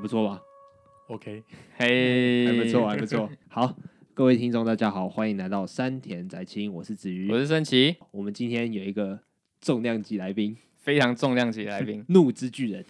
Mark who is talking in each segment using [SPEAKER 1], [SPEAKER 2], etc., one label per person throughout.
[SPEAKER 1] 不错吧？
[SPEAKER 2] OK，
[SPEAKER 3] 嘿，
[SPEAKER 1] 还不错，啊还不错。好，各位听众大家好，欢迎来到山田宅青，我是子瑜。
[SPEAKER 3] 我是升旗，
[SPEAKER 1] 我们今天有一个重量级来宾，，
[SPEAKER 3] 非常重量级来宾
[SPEAKER 1] 怒之巨人。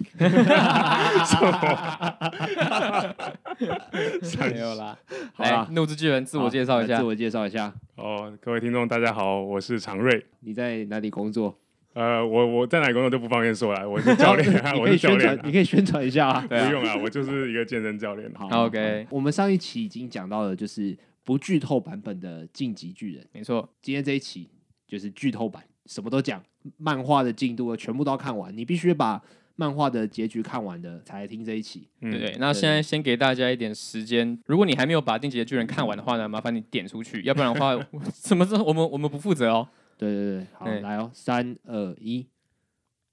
[SPEAKER 3] 没有啦。
[SPEAKER 1] 好
[SPEAKER 3] 来
[SPEAKER 1] 啦，，
[SPEAKER 3] 怒之巨人自我介绍
[SPEAKER 1] 好
[SPEAKER 3] 一
[SPEAKER 1] 来
[SPEAKER 3] 下
[SPEAKER 1] 自，我介绍一下，
[SPEAKER 2] 哦，各位听众大家好，我是常瑞。
[SPEAKER 1] 你在哪里工作？
[SPEAKER 2] 呃，我我在哪里工作都不方便说了，我是教练啊，
[SPEAKER 1] 你
[SPEAKER 2] 我
[SPEAKER 1] 可以
[SPEAKER 2] 是教
[SPEAKER 1] 宣
[SPEAKER 2] 练
[SPEAKER 1] 传，
[SPEAKER 2] 啊，
[SPEAKER 1] 你可以宣传一下啊。
[SPEAKER 3] 对啊
[SPEAKER 2] 不用啊，我就是一个健身教练啊。
[SPEAKER 1] 好
[SPEAKER 3] OK
[SPEAKER 1] 我们上一期已经讲到了，就是不剧透版本的《晋级巨人》，
[SPEAKER 3] 没错，
[SPEAKER 1] 今天这一期就是剧透版，什么都讲，漫画的进度全部都要看完，你必须把漫画的结局看完的才来听这一期。
[SPEAKER 2] 嗯
[SPEAKER 3] 对对。那现在先给大家一点时间，如果你还没有把《进击的巨人》看完的话呢，麻烦你点出去，要不然的 话，我什么时候我们我们不负责哦。
[SPEAKER 1] 对对对，好，
[SPEAKER 3] 对
[SPEAKER 1] 来哦，三二一，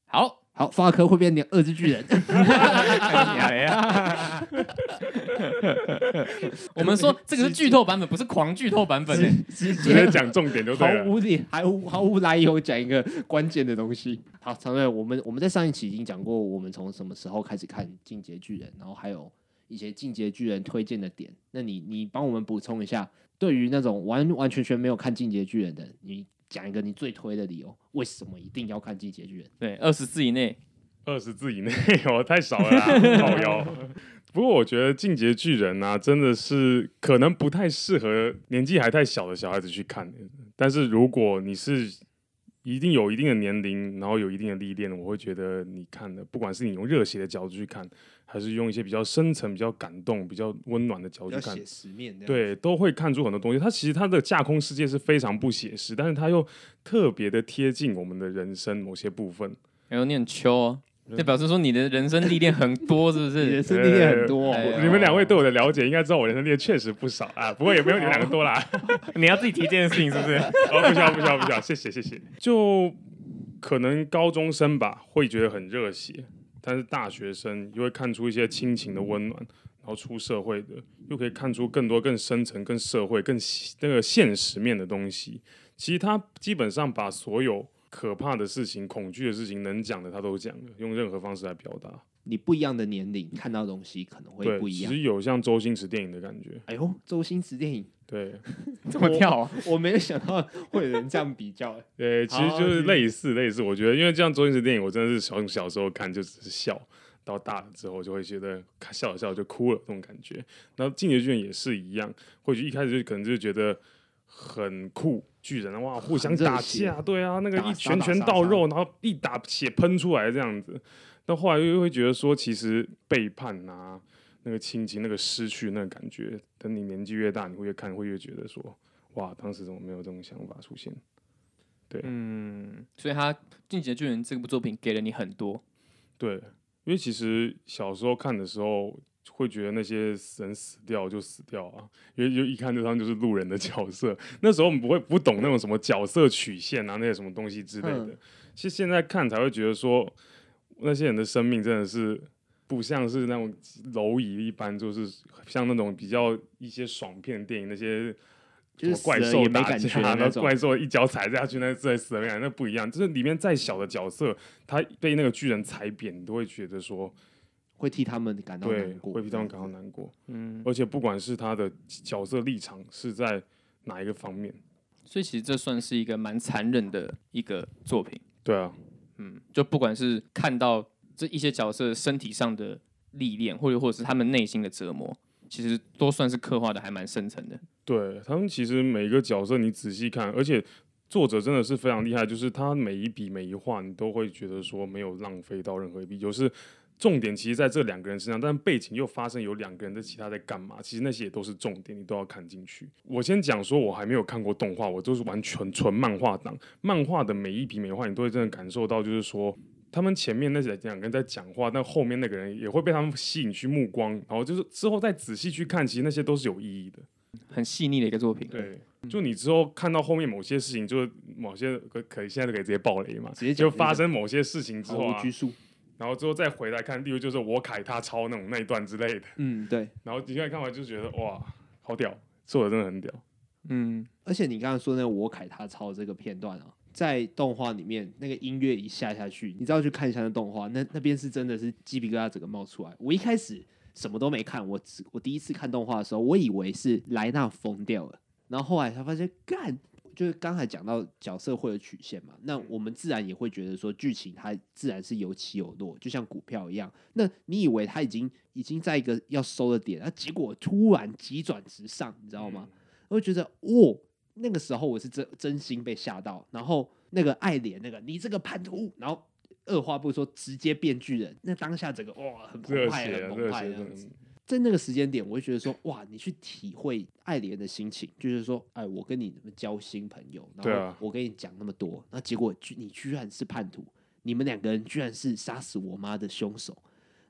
[SPEAKER 3] 好，
[SPEAKER 1] 好，法科会变成二只巨 人。
[SPEAKER 3] 我们 说这个是剧透版本，不是狂剧透版本欸。
[SPEAKER 1] 直
[SPEAKER 2] 直接讲重点就
[SPEAKER 1] 毫
[SPEAKER 2] 对了。
[SPEAKER 1] 无理，毫无毫无来由讲一个关键的东西。好，常瑞，我们我们在上一期已经讲过，我们从什么时候开始看《进阶巨人》，然后还有一些《进阶巨人》推荐的点。那你你帮我们补充一下，对于那种完完全全没有看《进阶巨人》的，你讲一个你最推的理由，为什么一定要看《进阶巨人》？
[SPEAKER 3] 对，二十字以内，
[SPEAKER 2] 二十字以内， 我太少了啦，好哟。不过我觉得《进阶巨人》啊，真的是可能不太适合年纪还太小的小孩子去看。但是如果你是一定有一定的年龄，然后有一定的历练，我会觉得你看的，不管是你用热血的角度去看，还是用一些比较深层、比较感动、比较温暖的角度去看，
[SPEAKER 1] 实面的，
[SPEAKER 2] 对，都会看出很多东西。它其实它的架空世界是非常不写实，但是它又特别的贴近我们的人生某些部分。
[SPEAKER 3] 然后念秋哦，这表示说你的人生历练很多，是不
[SPEAKER 1] 你的
[SPEAKER 3] 是？
[SPEAKER 1] 生历练很多哦、
[SPEAKER 3] 哎
[SPEAKER 2] 我
[SPEAKER 3] 呦
[SPEAKER 2] 你们两位对我的了解，应该知道我人生历练确实不少
[SPEAKER 1] 哦
[SPEAKER 2] 啊，不过也没有你们两个多啦。
[SPEAKER 3] 你要自己提这件事情，是不是？
[SPEAKER 2] 哦，不需要，不需要，不需要，谢谢，谢谢。就可能高中生吧，会觉得很热血，但是大学生又会看出一些亲情的温暖，然后出社会的又可以看出更多更深层、更社会、更细那个现实面的东西。其实他基本上把所有可怕的事情、恐惧的事情能讲的，他都讲了，用任何方式来表达。
[SPEAKER 1] 你不一样的年龄看到的东西可能会
[SPEAKER 2] 对，
[SPEAKER 1] 不一
[SPEAKER 2] 其
[SPEAKER 1] 样。
[SPEAKER 2] 实有像周星驰电影的感觉。
[SPEAKER 1] 哎呦，周星驰电影，
[SPEAKER 2] 对，
[SPEAKER 3] 这么跳啊？
[SPEAKER 1] 我没有想到会有人这样比 较、哎
[SPEAKER 2] 对，其实
[SPEAKER 1] 好
[SPEAKER 2] 就是类似类似。我觉得，因为这样周星驰电影，我真的是从小时候看就只是笑，到大了之后就会觉得看笑了笑就哭了这种感觉。然后《进击的巨人》也是一样，或许一开始就可能就觉得很酷，巨人啊哇互相
[SPEAKER 1] 很热
[SPEAKER 2] 打
[SPEAKER 1] 血
[SPEAKER 2] 架，对啊，那个
[SPEAKER 1] 打
[SPEAKER 2] 一
[SPEAKER 1] 杀
[SPEAKER 2] 拳
[SPEAKER 1] 打
[SPEAKER 2] 拳
[SPEAKER 1] 杀
[SPEAKER 2] 到
[SPEAKER 1] 杀
[SPEAKER 2] 肉，然后一打血喷出来这样子。但后来又会觉得说，其实背叛啊，那个亲情，那个失去那个感觉，等你年纪越大，你会越看会越觉得说，哇，当时怎么没有这种想法出现？
[SPEAKER 3] 嗯，所以他《进击的巨人》这部作品给了你很多，
[SPEAKER 2] 对，因为其实小时候看的时候，会觉得那些人死掉就死掉啊，因为就一看就他们就是路人的角色。那时候我们不会不懂那种什么角色曲线啊，那些什么东西之类的
[SPEAKER 1] 嗯。
[SPEAKER 2] 其实现在看才会觉得说，那些人的生命真的是。不像是那种蝼蚁一般，就是像那种比较一些爽片电影那些什
[SPEAKER 1] 就是
[SPEAKER 2] 么怪
[SPEAKER 1] 死了
[SPEAKER 2] 兽
[SPEAKER 1] 也没
[SPEAKER 2] 打
[SPEAKER 1] 感
[SPEAKER 2] 架，
[SPEAKER 1] 觉的那
[SPEAKER 2] 然后
[SPEAKER 1] 种
[SPEAKER 2] 啊怪兽一脚踩下去，那真的死了没感觉，那不一样。就是里面再小的角色，他被那个巨人踩扁，你都会觉得说，
[SPEAKER 1] 会替他们感到
[SPEAKER 2] 对
[SPEAKER 1] 难，过，
[SPEAKER 2] 会替他们感到难过。
[SPEAKER 3] 嗯，
[SPEAKER 2] 而且不管是他的角色立场是在哪一个方面，
[SPEAKER 3] 所以其实这算是一个蛮残忍的一个作品，
[SPEAKER 2] 对啊，
[SPEAKER 3] 嗯，就不管是看到这一些角色身体上的历练，或者或者是他们内心的折磨，其实都算是刻画的还蛮深层的，
[SPEAKER 2] 对他们其实每一个角色你仔细看，而且作者真的是非常厉害，就是他每一笔每一画你都会觉得说没有浪费到任何一笔，就是。重点其实在这两个人身上，但背景又发生有两个人的其他在干嘛，其实那些也都是重点，你都要看进去。我先讲说，我还没有看过动画，我都是完全纯漫画党。漫画的每一笔每一画，你都会真的感受到，就是说他们前面那两个人在讲话，但后面那个人也会被他们吸引去目光，然后就是之后再仔细去看，其实那些都是有意义的。
[SPEAKER 3] 很细腻的一个作品。，
[SPEAKER 2] 对，
[SPEAKER 1] 嗯
[SPEAKER 2] 就你之后看到后面某些事情，就是某些可可以现在都可以直接爆雷嘛，
[SPEAKER 1] 直接讲
[SPEAKER 2] 就发生某些事情之
[SPEAKER 1] 毫
[SPEAKER 2] 后、
[SPEAKER 1] 无
[SPEAKER 2] 啊
[SPEAKER 1] 拘，束。
[SPEAKER 2] 然后之后再回来看，例如就是我凯他抄那种那一段 之类的，
[SPEAKER 1] 嗯，对。
[SPEAKER 2] 然后你现在看完就觉得哇，好屌，做的真的很屌，
[SPEAKER 3] 嗯，
[SPEAKER 1] 而且你刚刚说那个我凯他抄这个片段啊，在动画里面那个音乐一下下去，你知道去看一下那动画，那那边是真的是鸡皮疙瘩整个冒出来。我一开始什么都没看，我只我第一次看动画的时候，我以为是莱纳疯掉了，然后后来才发现，干，就是刚才讲到角色会有曲线嘛，那我们自然也会觉得说剧情它自然是有起有落，就像股票一样。那你以为它已经已经在一个要收的点，那结果突然急转直上，你知道吗？我就觉得哦，那个时候我是真真心被吓到，然后那个爱莲那个你这个叛徒，然后二话不说直接变巨人，那当下整个哇很澎
[SPEAKER 2] 热
[SPEAKER 1] 湃，
[SPEAKER 2] 血
[SPEAKER 1] 很
[SPEAKER 2] 啊，
[SPEAKER 1] 澎
[SPEAKER 2] 热
[SPEAKER 1] 湃
[SPEAKER 2] 血
[SPEAKER 1] 这
[SPEAKER 2] 真
[SPEAKER 1] 样
[SPEAKER 2] 的
[SPEAKER 1] 子
[SPEAKER 2] 是。。
[SPEAKER 1] 在那个时间点，我会觉得说，哇，你去体会爱莲的心情，就是说，哎，我跟你们交新朋友，
[SPEAKER 2] 对
[SPEAKER 1] 然后
[SPEAKER 2] 啊
[SPEAKER 1] 我跟你讲那么多，那结果居你居然是叛徒，你们两个人居然是杀死我妈的凶手，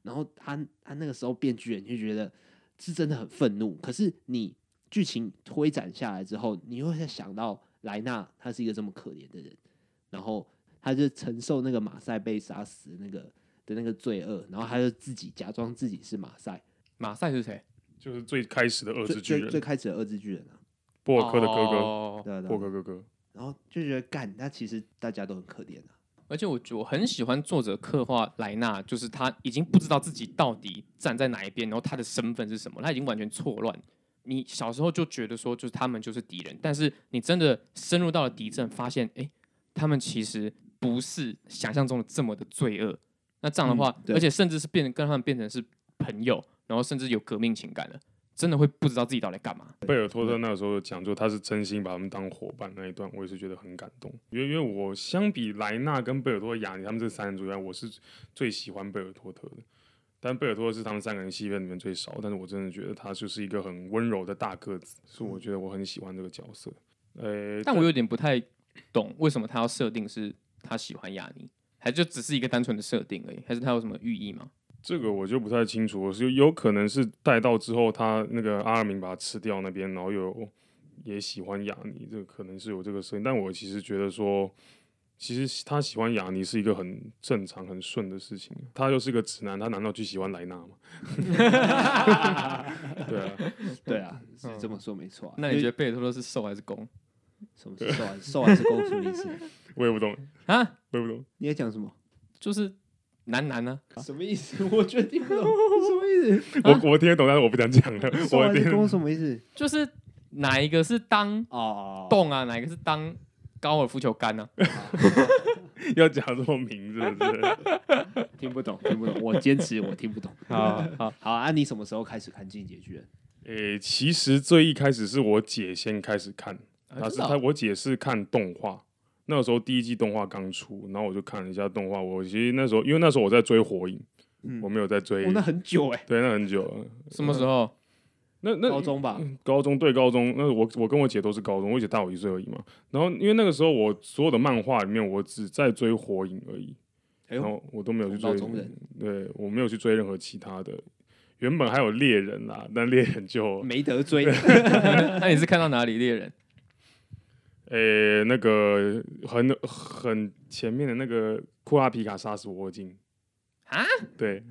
[SPEAKER 1] 然后他他那个时候变巨人，就觉得是真的很愤怒。可是你剧情推展下来之后，你又会想到莱纳，他是一个这么可怜的人，然后他就承受那个马赛被杀死的那个的那个罪恶，然后他就自己假装自己是马赛。
[SPEAKER 3] 马赛是谁？
[SPEAKER 2] 就是最开始的二
[SPEAKER 1] 最
[SPEAKER 2] 字巨
[SPEAKER 1] 最最
[SPEAKER 2] 人，
[SPEAKER 1] 开始的二字巨人啊，
[SPEAKER 2] 波尔科的哥哥，
[SPEAKER 3] 哦
[SPEAKER 1] 对啊对
[SPEAKER 2] 波
[SPEAKER 1] 啊
[SPEAKER 2] 尔科哥哥，
[SPEAKER 1] 然后就觉得干，那其实大家都很可怜啊，
[SPEAKER 3] 而且我觉我很喜欢作者刻画莱纳，就是他已经不知道自己到底站在哪一边，然后他的身份是什么，他已经完全错乱。你小时候就觉得说，就是他们就是敌人，但是你真的深入到了敌阵，发现哎、诶他们其实不是想象中的这么的罪恶。那这样的话，
[SPEAKER 1] 嗯对
[SPEAKER 3] 而且甚至是变得跟他们变成是朋友，然后甚至有革命情感了，真的会不知道自己到底干嘛。
[SPEAKER 2] 贝尔托特那时候讲，就他是真心把他们当伙伴那一段，我也是觉得很感动。因为因为我相比莱纳跟贝尔托特、雅尼他们这三人组以外，我是最喜欢贝尔托特的。但贝尔托特是他们三个人戏份里面最少，但是我真的觉得他就是一个很温柔的大个子，是我觉得我很喜欢这个角色。呃，
[SPEAKER 3] 嗯但我有点不太懂，为什么他要设定是他喜欢亚尼，还就只是一个单纯的设定而已，还是他有什么寓意吗？
[SPEAKER 2] 这个我就不太清楚，是有可能是带到之后，他那个阿尔明把他吃掉那边，然后有也喜欢雅尼，这个可能是有这个声音。但我其实觉得说，其实他喜欢雅尼是一个很正常、很顺的事情。他又是个直男，他难道去喜欢莱纳吗？ 对啊，
[SPEAKER 1] 对啊，是这么说没错啊、
[SPEAKER 3] 那你觉
[SPEAKER 1] 得
[SPEAKER 3] 得贝尔托特是兽还是公
[SPEAKER 1] 什么是受完受完是公什么意思？
[SPEAKER 2] 我也不懂，
[SPEAKER 3] 啊？
[SPEAKER 2] 我也不懂。
[SPEAKER 1] 你在讲什么？
[SPEAKER 3] 就是男男啊呢、
[SPEAKER 1] 什么意思？我觉得听 不懂，什么意思？
[SPEAKER 2] 我我听得懂，但是我不想讲了。
[SPEAKER 1] 受
[SPEAKER 2] 我
[SPEAKER 1] 完
[SPEAKER 2] 听
[SPEAKER 1] 是
[SPEAKER 2] 得
[SPEAKER 1] 公
[SPEAKER 2] 懂
[SPEAKER 1] 什么意思？
[SPEAKER 3] 就是哪一个是当
[SPEAKER 1] 哦，
[SPEAKER 3] 洞啊，哪一个是当高尔夫球杆呢、啊？
[SPEAKER 2] 要讲这么明，是不是？
[SPEAKER 1] 听不懂，听不懂，我坚持我听不 懂。
[SPEAKER 3] 好 好，
[SPEAKER 1] 好啊，你什么时候开始看《进击的巨人》？
[SPEAKER 2] 诶、其实最一开始是我姐先开始看，
[SPEAKER 1] 啊
[SPEAKER 2] 她是
[SPEAKER 3] 真的哦
[SPEAKER 2] 她我姐是看动画，那个时候第一季动画刚出，然后我就看了一下动画。我其实那时候因为那时候我在追火影，
[SPEAKER 1] 嗯
[SPEAKER 2] 我没有在追，
[SPEAKER 1] 哦，那很久哎、
[SPEAKER 2] 对那很久了。
[SPEAKER 3] 什么时候？
[SPEAKER 2] 那嗯那
[SPEAKER 1] 高中吧，
[SPEAKER 2] 高中对高中，那我我跟我姐都是高中，我姐大我一岁而已嘛。然后因为那个时候我所有的漫画里面，我只在追火影而已，
[SPEAKER 1] 哎
[SPEAKER 2] 然
[SPEAKER 1] 呦，
[SPEAKER 2] 后我都没有去
[SPEAKER 1] 同道
[SPEAKER 2] 追
[SPEAKER 1] 中人，
[SPEAKER 2] 对我没有去追任何其他的。原本还有猎人啦，但猎人就
[SPEAKER 1] 没得追，
[SPEAKER 3] 那你是看到哪里猎人？
[SPEAKER 2] 诶、呃那个很很前面的那个库拉皮卡杀死沃金
[SPEAKER 3] 啊？
[SPEAKER 2] 对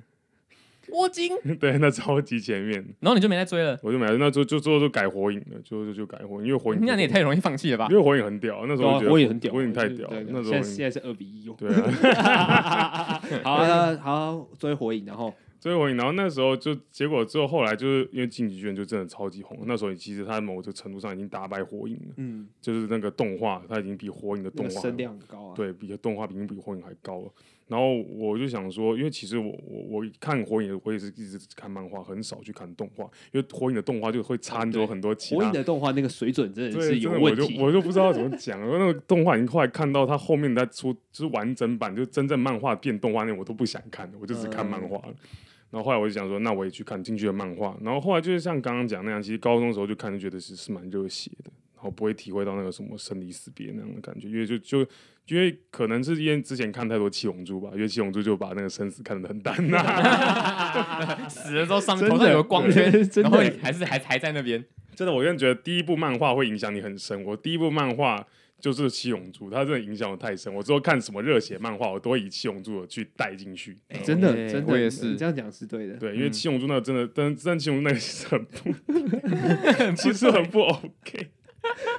[SPEAKER 3] 窝金，
[SPEAKER 2] 对，那超级前面，
[SPEAKER 3] 然后你就没再追了？
[SPEAKER 2] 我就买了，那就就最后就改火影了，就就就改火影，因为火影，
[SPEAKER 3] 那你也太容易放弃了吧
[SPEAKER 2] 因？为火影很屌，那时候我觉得
[SPEAKER 1] 火影啊很屌，
[SPEAKER 2] 火影太屌
[SPEAKER 1] 对，对
[SPEAKER 2] 那时
[SPEAKER 1] 现
[SPEAKER 2] 候
[SPEAKER 1] 在
[SPEAKER 2] 很
[SPEAKER 1] 现在是二比一哦。
[SPEAKER 2] 对啊，
[SPEAKER 1] 好 啊，好啊，追火影，然后
[SPEAKER 2] 追火影，然后那时候就结果之后后来就是因为进击巨人就真的超级红，那时候其实它某个程度上已经打败火影了，
[SPEAKER 1] 嗯，
[SPEAKER 2] 就是那个动画，它已经比火影的
[SPEAKER 1] 那
[SPEAKER 2] 动
[SPEAKER 1] 个
[SPEAKER 2] 画还
[SPEAKER 1] 声量很高啊。，
[SPEAKER 2] 对比动画比比火影还高了。然后我就想说，因为其实我我我看火影，我也是一直看漫画，很少去看动画，因为火影的动画就会掺着很多其
[SPEAKER 1] 哦火影
[SPEAKER 2] 他。
[SPEAKER 1] 的动画那个水准真的
[SPEAKER 2] 对，
[SPEAKER 1] 是
[SPEAKER 2] 真
[SPEAKER 1] 有
[SPEAKER 2] 的我
[SPEAKER 1] 问
[SPEAKER 2] 就
[SPEAKER 1] 题。
[SPEAKER 2] 我就不知 道怎么讲了。那个动画已经快看到它后面在出，就是完整版，就真正漫画变动画那我都不想看了，我就只看漫
[SPEAKER 1] 嗯
[SPEAKER 2] 画了。然后后来我就想说，那我也去看进去的漫画。然后后来就是像刚刚讲那样，其实高中的时候就看，就觉得是是蛮热血的，然后不会体会到那个什么生离死别那样的感觉，因为就就因为可能是因为之前看太多七龙珠吧，因为七龙珠就把那个生死看得很淡啊呐、
[SPEAKER 3] 死了之后上面
[SPEAKER 1] 真
[SPEAKER 3] 头
[SPEAKER 1] 的
[SPEAKER 3] 上有个光圈，
[SPEAKER 1] 真的
[SPEAKER 3] 然后你还是还还在那边。
[SPEAKER 2] 真的，我真的觉得第一部漫画会影响你很深。我第一部漫画就是《七龙珠》，它真的影响我太深。我之后看什么热血漫画，我都会以《七龙珠》的去带进去。哦
[SPEAKER 1] 真的
[SPEAKER 3] 哎
[SPEAKER 1] 真的，
[SPEAKER 3] 我也是
[SPEAKER 1] 你这样讲是对的。
[SPEAKER 2] 对，因为《
[SPEAKER 3] 嗯
[SPEAKER 2] 七龙珠》那个真的，但但《七龙珠》那个是很不，其实很不 OK。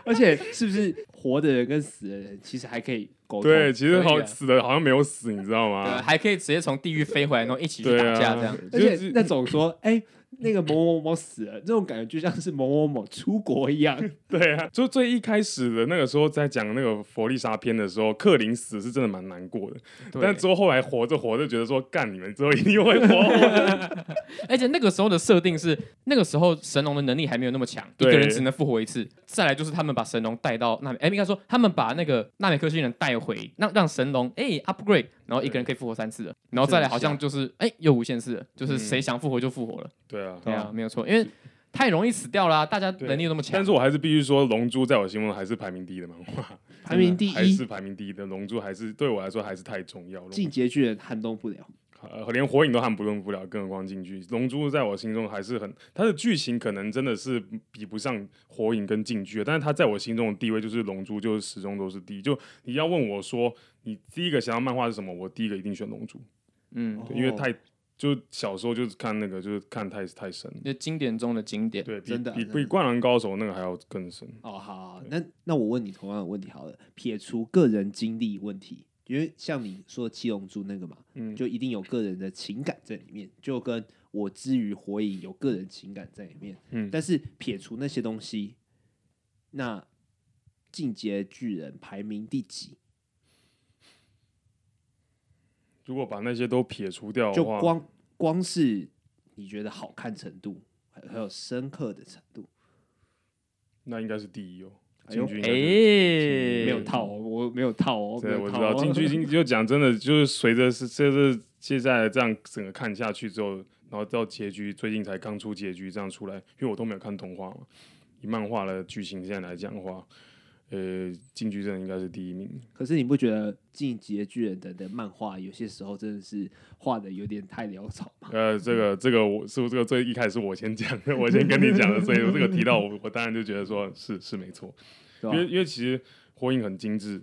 [SPEAKER 1] 而且是不是活的人跟死的人其实还可以沟通。
[SPEAKER 2] 对，其实
[SPEAKER 3] 可以
[SPEAKER 2] 好
[SPEAKER 3] 啊
[SPEAKER 2] 死的好像没有死，你知道
[SPEAKER 3] 对，
[SPEAKER 2] 吗？
[SPEAKER 3] 还可以直接从地狱飞回来，然后一起去
[SPEAKER 2] 对
[SPEAKER 3] 打
[SPEAKER 2] 啊，
[SPEAKER 3] 架这样。
[SPEAKER 1] 而
[SPEAKER 2] 就
[SPEAKER 1] 且
[SPEAKER 2] 是
[SPEAKER 1] 那种说，哎、那个某某某死了，这种感觉就像是某某某出国一 样。
[SPEAKER 2] 对啊，就最一开始的那个时候，在讲那个佛利沙篇的时候，克林死是真的蛮难过的。
[SPEAKER 3] 对
[SPEAKER 2] 但之后后来活着活着，觉得说干你们之后一定会活活的。
[SPEAKER 3] 而且那个时候的设定是，那个时候神龙的能力还没有那么强，一
[SPEAKER 2] 对
[SPEAKER 3] 个人只能复活一次。再来就是他们把神龙带到纳美，哎，应该说他们把那个纳美克星人带回，让让神龙哎 upgrade，然后一个人可以复活三次了。然后再来好像就是哎又无限次了，就是谁想复活就复活了。
[SPEAKER 2] 对啊，
[SPEAKER 3] 对啊，没有错，因为太容易死掉啦、大家能力又那么强
[SPEAKER 2] 但是。我还是必须说，《龙珠》在我心目中还是排名第一的漫画，
[SPEAKER 1] 排名第
[SPEAKER 2] 还
[SPEAKER 1] 一，
[SPEAKER 2] 是排名第一的《龙珠》，还是对我来说还是太重要了。
[SPEAKER 1] 进阶巨人撼动不了。
[SPEAKER 2] 呃，连火影都撼不动不了，更何况进剧。龙珠在我心中还是很，它的剧情可能真的是比不上火影跟进剧，但是它在我心中的地位就是龙珠，就是始终都是第一。就你要问我说，你第一个想要漫画是什么？我第一个一定选龙珠，
[SPEAKER 3] 嗯，
[SPEAKER 2] 对因为
[SPEAKER 1] 哦
[SPEAKER 2] 太就小时候就是看那个，就是看太太深了，
[SPEAKER 3] 就经典中的经典。
[SPEAKER 2] 对比
[SPEAKER 1] 真的啊
[SPEAKER 2] 比
[SPEAKER 1] 真的
[SPEAKER 2] 比灌篮高手那个还要更深。
[SPEAKER 1] 哦，好好好，那那我问你同样的问题好了，撇除个人经历问题，因为像你说七龙珠那个嘛，
[SPEAKER 2] 嗯，
[SPEAKER 1] 就一定有个人的情感在里面，就跟我之于火影有个人情感在里面。
[SPEAKER 2] 嗯
[SPEAKER 1] 但是撇除那些东西，那进阶巨人排名第几？
[SPEAKER 2] 如果把那些都撇除掉的
[SPEAKER 1] 就
[SPEAKER 2] 话，
[SPEAKER 1] 光光是你觉得好看程度，还还有深刻的程度，
[SPEAKER 2] 那应该是第一哦。
[SPEAKER 1] 哎呦
[SPEAKER 2] 进剧应该是
[SPEAKER 3] 哎，
[SPEAKER 1] 没有套哦，我没有套哦，没
[SPEAKER 2] 对，
[SPEAKER 1] 有
[SPEAKER 2] 我知
[SPEAKER 1] 套
[SPEAKER 2] 道，
[SPEAKER 1] 哦。
[SPEAKER 2] 进去进就讲真的，就是随着是这是接下来这样整个看下去之后，然后到结局，最近才刚出结局这样出来，因为我都没有看动画嘛。以漫画的剧情现在来讲的话，呃，进去真的应该是第一名。
[SPEAKER 1] 可是你不觉得《进击的巨人》的的漫画有些时候真的是画的有点太潦草吗？
[SPEAKER 2] 呃，这个这个我是这个最一开始我先讲的，我先跟你讲的，所以我这个提到我，我当然就觉得说是是没错，
[SPEAKER 1] 对
[SPEAKER 2] 因为
[SPEAKER 1] 吧？
[SPEAKER 2] 因为其实火影很精致，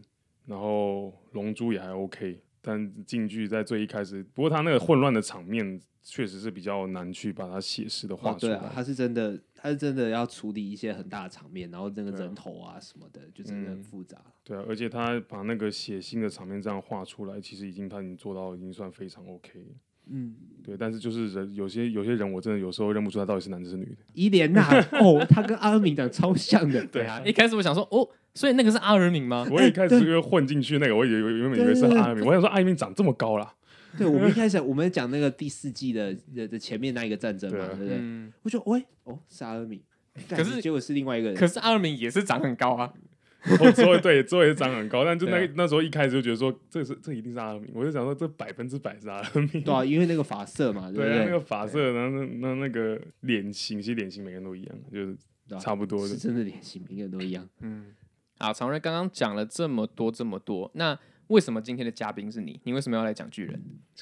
[SPEAKER 2] 然后龙珠也还 OK，但进剧在最一开始，不过它那个混乱的场面确实是比较难去把它写实的画
[SPEAKER 1] 哦，
[SPEAKER 2] 出
[SPEAKER 1] 对
[SPEAKER 2] 来。
[SPEAKER 1] 啊，他是真的，他是真的要处理一些很大的场面，然后那个
[SPEAKER 2] 对啊
[SPEAKER 1] 人头啊什么的，就真的很
[SPEAKER 2] 嗯
[SPEAKER 1] 复杂。
[SPEAKER 2] 对啊而且他把那个血腥的场面这样画出来，其实已经他已经做到已经算非常 OK 了。
[SPEAKER 1] 嗯，
[SPEAKER 2] 对，但是就是人有些有些人，我真的有时候认不出他到底是男的是女的。
[SPEAKER 1] 伊莲 娜哦，她跟阿尔敏长超像的，
[SPEAKER 3] 对啊，一开始我想说，哦，所以那个是阿尔敏吗？
[SPEAKER 2] 我一开始因为混进去那个，我以为原本以为是
[SPEAKER 1] 对对啊对
[SPEAKER 2] 艾米，我想说艾米长这么高啦，
[SPEAKER 1] 对，我们一开始我们讲那个第四季的的的前面那一个战争嘛，
[SPEAKER 2] 对啊
[SPEAKER 1] 对不对？
[SPEAKER 3] 嗯，
[SPEAKER 1] 我就喂，哦，是阿尔敏，
[SPEAKER 3] 可是
[SPEAKER 1] 干结果是另外一个人，
[SPEAKER 3] 嗯可是阿尔敏也是长很高啊。
[SPEAKER 2] 我周围哦对周围长很高，但就那
[SPEAKER 1] 啊
[SPEAKER 3] 对
[SPEAKER 2] 个那时候一开始就觉得说这是这一定是阿米，我就想说这百分之百是阿 米。
[SPEAKER 1] 对啊，因为那个发色嘛，对不
[SPEAKER 2] 对啊，那个
[SPEAKER 1] 对？
[SPEAKER 2] 发色，然后那那那个脸型，其实脸型每个人都一样，就是
[SPEAKER 1] 对啊
[SPEAKER 2] 差不多的
[SPEAKER 1] 是。真的脸型，每个人都一样。
[SPEAKER 3] 嗯，啊，常瑞刚刚讲了这么多这么多，那为什么今天的嘉宾是你？你为什么要来讲巨人？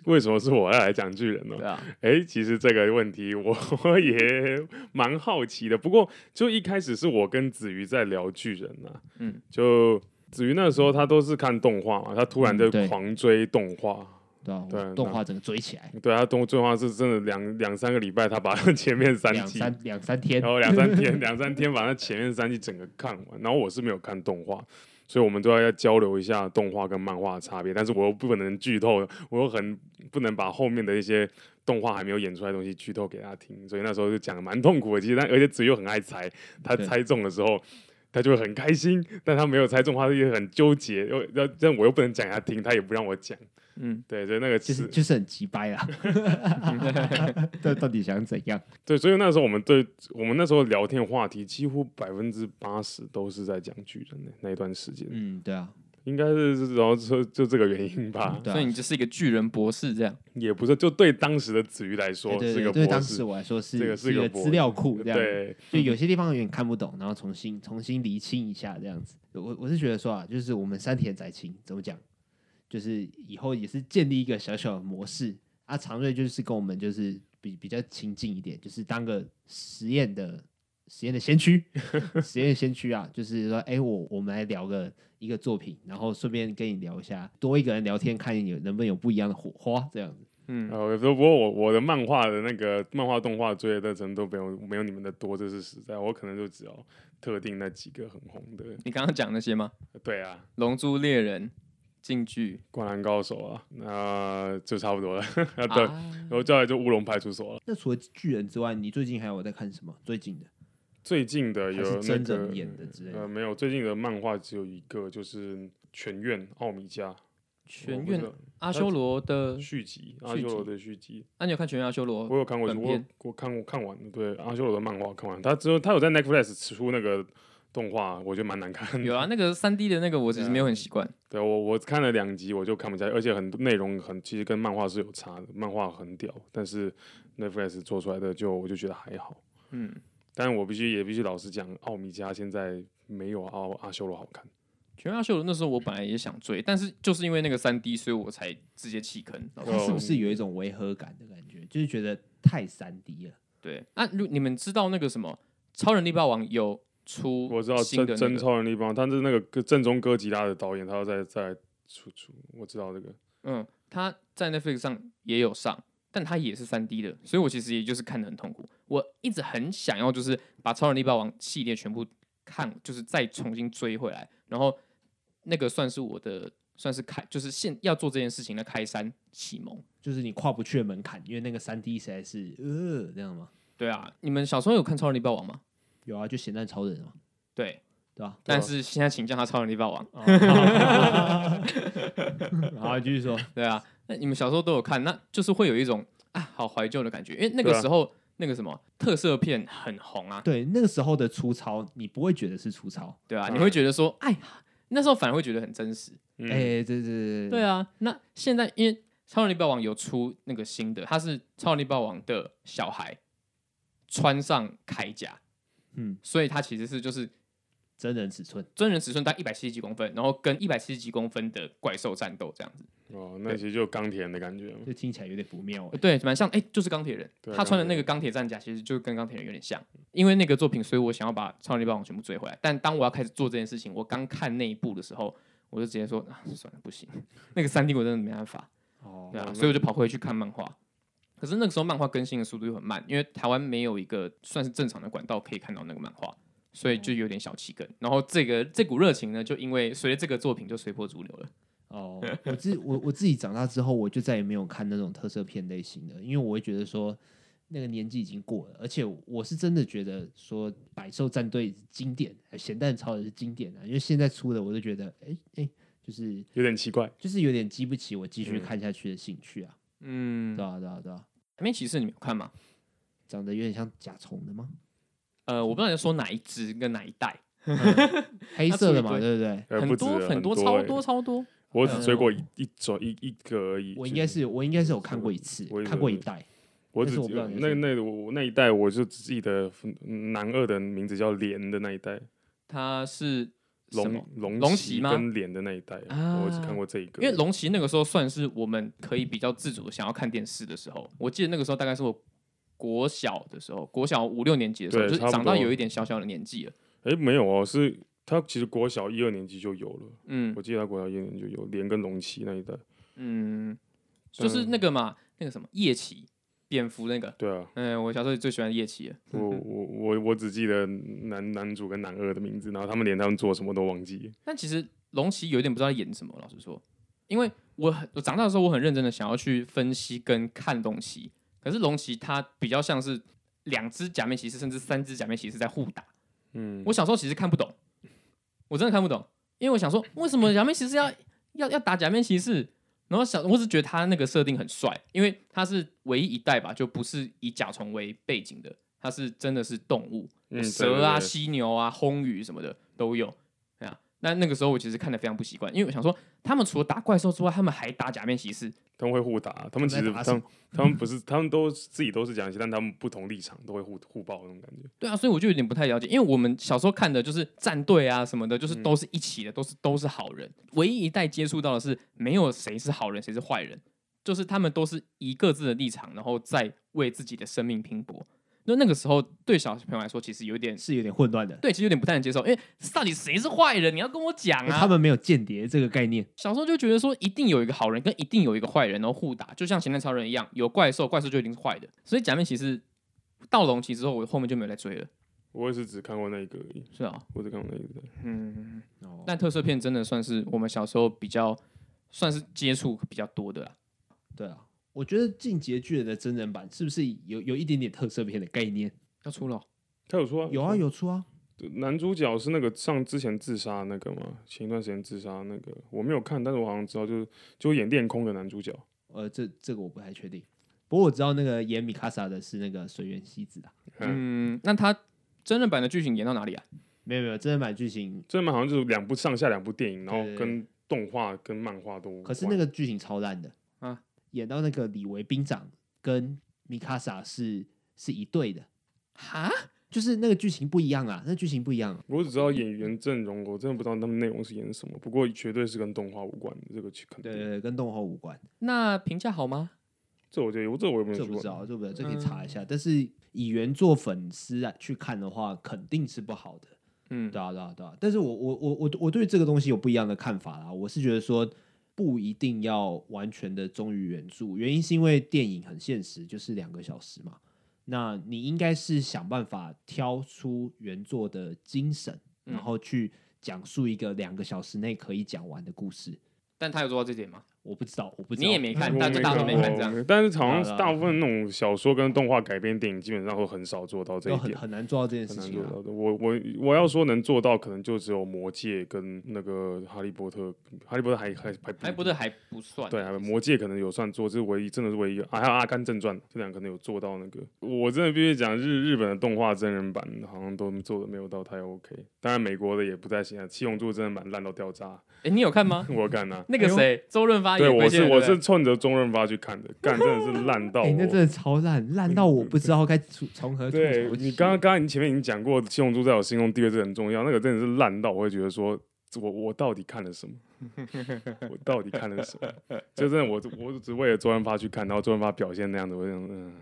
[SPEAKER 2] 为什么是我要来讲巨人呢
[SPEAKER 3] 对？ 啊，
[SPEAKER 2] 哎，其实这个问题我我也蛮好奇的。不过就一开始是我跟子瑜在聊巨人啊，
[SPEAKER 3] 嗯，
[SPEAKER 2] 就子瑜那时候他都是看动画嘛，他突然就
[SPEAKER 1] 嗯对
[SPEAKER 2] 狂追动画。
[SPEAKER 1] 对啊，
[SPEAKER 2] 对
[SPEAKER 1] 我动画整个追起来，
[SPEAKER 2] 对他动动画是真的两两三个礼拜，他把 前面三
[SPEAKER 1] 两
[SPEAKER 2] 季，
[SPEAKER 1] 三哦两三天
[SPEAKER 2] 然，后两三天两三天把那前面三季整个看完。然后我是没有看动画，所以我们都要要交流一下动画跟漫画的差别。但是我又不能剧透，我又很不能把后面的一些动画还没有演出来的东西剧透给他听，所以那时候就讲的蛮痛苦的。其实但而且子瑜又很爱猜，他
[SPEAKER 1] 对
[SPEAKER 2] 猜中的时候。他就会很开心，但他没有猜中，他也很纠结。又要但我又不能讲给他听，他也不让我讲。
[SPEAKER 3] 嗯，
[SPEAKER 2] 对，所以那个
[SPEAKER 1] 就是
[SPEAKER 2] 是
[SPEAKER 1] 就是很急掰 啦。到到底想怎样？
[SPEAKER 2] 对，所以那时候我们对我们那时候聊天话题，几乎百分之八十都是在讲巨人的那一段时间，
[SPEAKER 1] 嗯，对啊，
[SPEAKER 2] 应该是然后就就这个原因吧，
[SPEAKER 1] 对
[SPEAKER 3] 所以
[SPEAKER 1] 啊。
[SPEAKER 3] 你就是一个巨人博士这样。
[SPEAKER 2] 也不是就对当时的子瑜来说
[SPEAKER 1] 哎对对
[SPEAKER 2] 是
[SPEAKER 1] 对，
[SPEAKER 2] 个
[SPEAKER 1] 对
[SPEAKER 2] 博
[SPEAKER 1] 当时
[SPEAKER 2] 士，
[SPEAKER 1] 我来说是
[SPEAKER 2] 这个是
[SPEAKER 1] 一
[SPEAKER 2] 个
[SPEAKER 1] 个
[SPEAKER 2] 博
[SPEAKER 1] 资料库，这样
[SPEAKER 2] 对，
[SPEAKER 1] 就 有些地方有点看不懂，然后重新重新厘清一下这样子。我我是觉得说啊，就是我们山田载清怎么讲，就是以后也是建立一个小小的模式啊。常瑞就是跟我们就是比比较亲近一点，就是当个实验的实验的先驱，实验先驱啊，就是说，哎、我我们来聊个一个作品，然后顺便跟你聊一下，多一个人聊天，看有能不能有不一样的火花这样子。
[SPEAKER 3] 嗯，
[SPEAKER 2] 呃，不过我我的漫画的那个漫画动画追的程度没有没有你们的多，这是实在，我可能就只要特定那几个很红的，
[SPEAKER 3] 你刚刚讲那些吗？
[SPEAKER 2] 对啊，
[SPEAKER 3] 《龙珠猎人》《进剧
[SPEAKER 2] 灌篮高手啊，那就差不多了。 要等，
[SPEAKER 3] 啊，
[SPEAKER 2] 然后接下来就乌龙派出所了。
[SPEAKER 1] 那除了巨人之外，你最近还有在看什么？最近的
[SPEAKER 2] 最近的
[SPEAKER 1] 还
[SPEAKER 2] 有
[SPEAKER 1] 是
[SPEAKER 2] 那
[SPEAKER 1] 真
[SPEAKER 2] 个
[SPEAKER 1] 人演的之类
[SPEAKER 2] 呃，
[SPEAKER 1] 的？
[SPEAKER 2] 没有，最近的漫画只有一个，就是《全院奥米加》
[SPEAKER 3] 全
[SPEAKER 2] 我不知
[SPEAKER 3] 院
[SPEAKER 2] 道
[SPEAKER 3] 阿修罗
[SPEAKER 1] 嗯
[SPEAKER 3] 的，
[SPEAKER 2] 续集，阿
[SPEAKER 3] 续
[SPEAKER 2] 修罗
[SPEAKER 3] 集
[SPEAKER 2] 的续集。
[SPEAKER 3] 那、你有看全院阿修罗？
[SPEAKER 2] 我有看过，
[SPEAKER 3] 本
[SPEAKER 2] 我有
[SPEAKER 3] 片
[SPEAKER 2] 我看过看完了，对阿修罗的漫画看完，他之后他有在 Netflix 出那个动画，我觉得蛮难看的。
[SPEAKER 3] 有啊，那个三 D 的那个我其实没有很习惯。
[SPEAKER 2] 对啊我我看了两集我就看不下去，而且很多内容很其实跟漫画是有差的，漫画很屌，但是 Netflix 做出来的就我就觉得还好。
[SPEAKER 3] 嗯，
[SPEAKER 2] 但我必须也必须老实讲，奥米加现在没有奥阿修罗好看。
[SPEAKER 3] 全员阿修罗那时候我本来也想追，但是就是因为那个三 D，所以我才直接弃坑。
[SPEAKER 2] 哦
[SPEAKER 3] 老实
[SPEAKER 1] 他
[SPEAKER 3] 说
[SPEAKER 1] 是不是有一种违和感的感觉？就是觉得太三 D 了。
[SPEAKER 3] 对，那、如你们知道那个什么超人力霸王有出
[SPEAKER 2] 我知道
[SPEAKER 3] 新
[SPEAKER 2] 真
[SPEAKER 3] 的那
[SPEAKER 2] 真
[SPEAKER 3] 个，
[SPEAKER 2] 超人力棒，但是那个哥正宗哥吉拉的导演，他要再再出出，我知道这个。
[SPEAKER 3] 嗯，他在 Netflix 上也有上，但他也是三 D 的，所以我其实也就是看的很痛苦。我一直很想要就是把超人力霸王系列全部看，就是再重新追回来，然后那个算是我的算是开，就是现要做这件事情的开山启蒙。
[SPEAKER 1] 就是你跨不去的门槛，因为那个三 D 实在是呃这样吗？
[SPEAKER 3] 对啊，你们小时候有看超人力霸王吗？
[SPEAKER 1] 有啊，就咸蛋超人嘛，
[SPEAKER 3] 对，嗯
[SPEAKER 1] 对吧、
[SPEAKER 3] 但是现在请叫他超人力霸王。
[SPEAKER 1] 好，继续说，
[SPEAKER 3] 对啊，那你们小时候都有看，那就是会有一种啊好怀旧的感觉，因为那个
[SPEAKER 2] 对啊
[SPEAKER 3] 时候、那个什么特色片很红啊，
[SPEAKER 1] 对那个时候的粗糙，你不会觉得是粗糙，
[SPEAKER 3] 对啊，
[SPEAKER 2] 嗯
[SPEAKER 3] 你会觉得说，哎呀，那时候反而会觉得很真实。
[SPEAKER 2] 嗯，
[SPEAKER 1] 哎、对对对
[SPEAKER 3] 对
[SPEAKER 1] 啊，
[SPEAKER 3] 啊，那现在因为《超能力霸王》有出那个新的，他是《超能力霸王》的小孩穿上铠甲，
[SPEAKER 1] 嗯，
[SPEAKER 3] 所以他其实是就是
[SPEAKER 1] 真人尺寸，
[SPEAKER 3] 真人尺寸大概一百七十几公分，然后跟一百七十几公分的怪兽战斗这样子。
[SPEAKER 2] 哦，那其实就钢铁人的感觉嘛。
[SPEAKER 1] 就听起来有点不妙、欸。
[SPEAKER 3] 对，蛮像，哎、就是钢铁人，
[SPEAKER 2] 对
[SPEAKER 3] 他穿的那个钢铁战甲，其实就跟钢铁人有点像。因为那个作品，所以我想要把《超能力霸王》全部追回来。但当我要开始做这件事情，我刚看那一部的时候，我就直接说，啊、算了，不行，那个三 D 我真的没办法，
[SPEAKER 1] 哦
[SPEAKER 3] 对啊，
[SPEAKER 2] 那
[SPEAKER 3] 所以我就跑回去看漫画。可是那个时候漫画更新的速度又很慢，因为台湾没有一个算是正常的管道可以看到那个漫画，所以就有点小气梗。然后这个这股热情呢，就因为随着这个作品就随波逐流了。
[SPEAKER 1] 哦，我自我我自己长大之后，我就再也没有看那种特色片类型的，因为我会觉得说那个年纪已经过了，而且我是真的觉得说百兽战队是经典，呃咸蛋超人是经典的、啊因为现在出的我都觉得，哎、哎、就是
[SPEAKER 2] 有点奇怪，
[SPEAKER 1] 就是有点激不起我继续
[SPEAKER 2] 嗯
[SPEAKER 1] 看下去的兴趣啊，
[SPEAKER 3] 嗯，
[SPEAKER 1] 对啊对啊对啊，
[SPEAKER 3] 海面骑士你们有看吗？
[SPEAKER 1] 长得有点像甲虫的吗？
[SPEAKER 3] 呃，我不知道你在说哪一只跟哪一代。
[SPEAKER 1] 黑色的嘛，
[SPEAKER 3] 它出一
[SPEAKER 1] 对
[SPEAKER 3] 堆
[SPEAKER 1] 不对？
[SPEAKER 2] 呃，
[SPEAKER 3] 很
[SPEAKER 2] 不止
[SPEAKER 3] 多
[SPEAKER 2] 了
[SPEAKER 3] 很
[SPEAKER 2] 多
[SPEAKER 3] 多超
[SPEAKER 2] 欸
[SPEAKER 3] 多超多，
[SPEAKER 2] 我只追过一一种一一个而已。
[SPEAKER 1] 我
[SPEAKER 2] 就
[SPEAKER 1] 应该是我应该是有看过一次
[SPEAKER 2] 我，也
[SPEAKER 1] 看过一代，
[SPEAKER 2] 我
[SPEAKER 1] 但
[SPEAKER 2] 只
[SPEAKER 1] 是我不知道你
[SPEAKER 2] 那
[SPEAKER 1] 是
[SPEAKER 2] 那我那一代，我就只记得嗯男二的名字叫莲的那一代，
[SPEAKER 3] 它是什么
[SPEAKER 2] 龙？龙
[SPEAKER 3] 龙
[SPEAKER 2] 骑
[SPEAKER 3] 骑吗
[SPEAKER 2] 跟莲的那一代，
[SPEAKER 3] 啊
[SPEAKER 2] 我只看过这一个。
[SPEAKER 3] 因为龙骑那个时候算是我们可以比较自主地想要看电视的时候，我记得那个时候大概是我国小的时候，国小五六年级的时候，
[SPEAKER 2] 对
[SPEAKER 3] 就是
[SPEAKER 2] 差不
[SPEAKER 3] 长到
[SPEAKER 2] 多
[SPEAKER 3] 有一点小小的年纪了。
[SPEAKER 2] 哎没有哦，是他其实国小一二年级就有了，
[SPEAKER 3] 嗯
[SPEAKER 2] 我记得他国小一二年级就有莲跟龙骑那一代。
[SPEAKER 3] 嗯，就是那个嘛，那个什么夜骑蝙蝠那个，
[SPEAKER 2] 对啊，
[SPEAKER 3] 嗯，我小时候最喜欢夜骑了。
[SPEAKER 2] 我 我我我只记得男男主跟男二的名字，然后他们连他们做什么都忘记。
[SPEAKER 3] 但其实龙骑有一点不知道演什么，老实说，因为我很我长大的时候，我很认真的想要去分析跟看龙骑，可是龙骑它比较像是两只假面骑士，甚至三只假面骑士在互打。
[SPEAKER 2] 嗯，
[SPEAKER 3] 我小时候其实看不懂，我真的看不懂，因为我想说，为什么假面骑士要要要打假面骑士？然后想，我只觉得他那个设定很帅，因为他是唯一一代吧，就不是以甲虫为背景的，他是真的是动物，
[SPEAKER 2] 嗯
[SPEAKER 3] 蛇啊、
[SPEAKER 2] 对对对
[SPEAKER 3] 犀牛啊、轰鱼什么的都有。对啊，那那个时候我其实看的非常不习惯，因为我想说，他们除了打怪兽之外，他们还打假面骑士。
[SPEAKER 2] 他们会互打，他们其
[SPEAKER 1] 他们
[SPEAKER 2] 实
[SPEAKER 1] 在打
[SPEAKER 2] 他们他们不是他们都自己都是讲一些，但他们不同立场都会互互爆那种感觉。
[SPEAKER 3] 对啊，所以我就有点不太了解，因为我们小时候看的就是战队啊什么的，就是
[SPEAKER 1] 嗯
[SPEAKER 3] 都是一起的，都是都是好人。唯一一代接触到的是没有谁是好人，谁是坏人，就是他们都是以各自的立场，然后再为自己的生命拼搏。那那个时候对小朋友来说，其实有点
[SPEAKER 1] 是有点混乱的。
[SPEAKER 3] 对，其实有点不太能接受，因为到底谁是坏人，你要跟我讲啊。
[SPEAKER 1] 哎他们没有间谍这个概念，
[SPEAKER 3] 小时候就觉得说，一定有一个好人跟一定有一个坏人，然后互打，就像咸蛋超人一样，有怪兽，怪兽就一定是坏的。所以假面骑士到龙骑之后，我后面就没有再追了，
[SPEAKER 2] 我也是只看过那一个而已，
[SPEAKER 3] 是啊，
[SPEAKER 2] 我只看过那一个。
[SPEAKER 3] 嗯。
[SPEAKER 1] 哦，
[SPEAKER 3] 但特色片真的算是我们小时候比较算是接触比较多的啦。
[SPEAKER 1] 对啊，我觉得《进阶巨人》的真人版是不是有有一点点特色片的概念？
[SPEAKER 3] 要出了哦，
[SPEAKER 2] 他有说、啊、
[SPEAKER 1] 有啊，有出啊，
[SPEAKER 2] 男主角是那个上之前自杀的那个嘛，前一段时间自杀的那个，我没有看，但是我好像知道，就是就演恋空的男主角。
[SPEAKER 1] 呃，这这个我不太确定。不过我知道那个演米卡萨的是那个水原希子啊，
[SPEAKER 3] 嗯，那他真人版的剧情演到哪里啊？
[SPEAKER 1] 没有没有，真人版剧情，
[SPEAKER 2] 这嘛好像就是两部上下两部电影，然后
[SPEAKER 1] 对对
[SPEAKER 2] 跟动画跟漫画都。
[SPEAKER 1] 可是那，个剧情超烂的
[SPEAKER 3] 啊，
[SPEAKER 1] 演到那个李维兵长跟米卡萨是是一对的，
[SPEAKER 3] 哈，
[SPEAKER 1] 就是那个剧情不一样啊，那剧情不一样啊、
[SPEAKER 2] 我只知道演员阵容，我真的不知道他们内容是演什么，不过绝对是跟动画无关的，这个去肯定。
[SPEAKER 1] 对对对，跟动画无关，
[SPEAKER 3] 那评价好吗？
[SPEAKER 2] 这我就有，这我有没有
[SPEAKER 1] 这
[SPEAKER 2] 说
[SPEAKER 1] 我不
[SPEAKER 2] 过
[SPEAKER 1] 知道，这我不知道，这可以查一下。但是以原作粉丝来去看的话，肯定是不好的。
[SPEAKER 3] 嗯，
[SPEAKER 1] 对啊，对啊，对啊。但是我我我我我对这个东西有不一样的看法啦。我是觉得说不一定要完全的忠于原著，原因是因为电影很现实，就是两个小时嘛。那你应该是想办法挑出原作的精神，
[SPEAKER 3] 嗯
[SPEAKER 1] 然后去讲述一个两个小时内可以讲完的故事。
[SPEAKER 3] 但他有做到这点吗？
[SPEAKER 1] 我不知道，我不知道，
[SPEAKER 3] 你也没看
[SPEAKER 2] 我
[SPEAKER 3] 但是大家都没
[SPEAKER 2] 过
[SPEAKER 3] 看这样
[SPEAKER 2] 但是好像
[SPEAKER 1] 对啊
[SPEAKER 2] 大部分那种小说跟动画改编电影，基本上都很少做到这
[SPEAKER 1] 就
[SPEAKER 2] 一
[SPEAKER 1] 很
[SPEAKER 2] 点，
[SPEAKER 1] 很难做到这件
[SPEAKER 2] 很
[SPEAKER 1] 事
[SPEAKER 2] 难
[SPEAKER 1] 情
[SPEAKER 2] 做
[SPEAKER 1] 啊。
[SPEAKER 2] 到的。我我我要说能做到，可能就只有《魔戒》跟那个《哈利波特》，《哈利波特还》还还
[SPEAKER 3] 还哎不对，还不算。
[SPEAKER 2] 嗯对，还有魔戒可能有算做，这是唯一，真的是唯一一个啊，还有《阿甘正传》这两个可能有做到那个。我真的必须讲，日日本的动画真人版好像都做的没有到太 OK，当然美国的也不太行啊，《七龙珠》真人版烂到掉渣，
[SPEAKER 3] 哎，你有看吗？哎
[SPEAKER 2] 我干啊！
[SPEAKER 3] 那个谁，周润发
[SPEAKER 2] 对，
[SPEAKER 3] 也
[SPEAKER 2] 我
[SPEAKER 3] 推
[SPEAKER 2] 是
[SPEAKER 3] 荐的
[SPEAKER 2] 我
[SPEAKER 3] 对
[SPEAKER 2] 是
[SPEAKER 3] 不对
[SPEAKER 2] 冲着中润发去看的，干真的是烂到
[SPEAKER 1] 哎、
[SPEAKER 2] 我。
[SPEAKER 1] 那真的超烂，烂到我不知道该从从何吐
[SPEAKER 2] 对
[SPEAKER 1] 槽起。
[SPEAKER 2] 你刚刚刚刚你前面已经讲过，《七龙珠》在我心中地位是很重要，那个真的是烂到我会觉得说，我我到底看了什么？我到底看了什 么？就真的我我只为了周润发去看，然后周润发表现那样子，我就想嗯。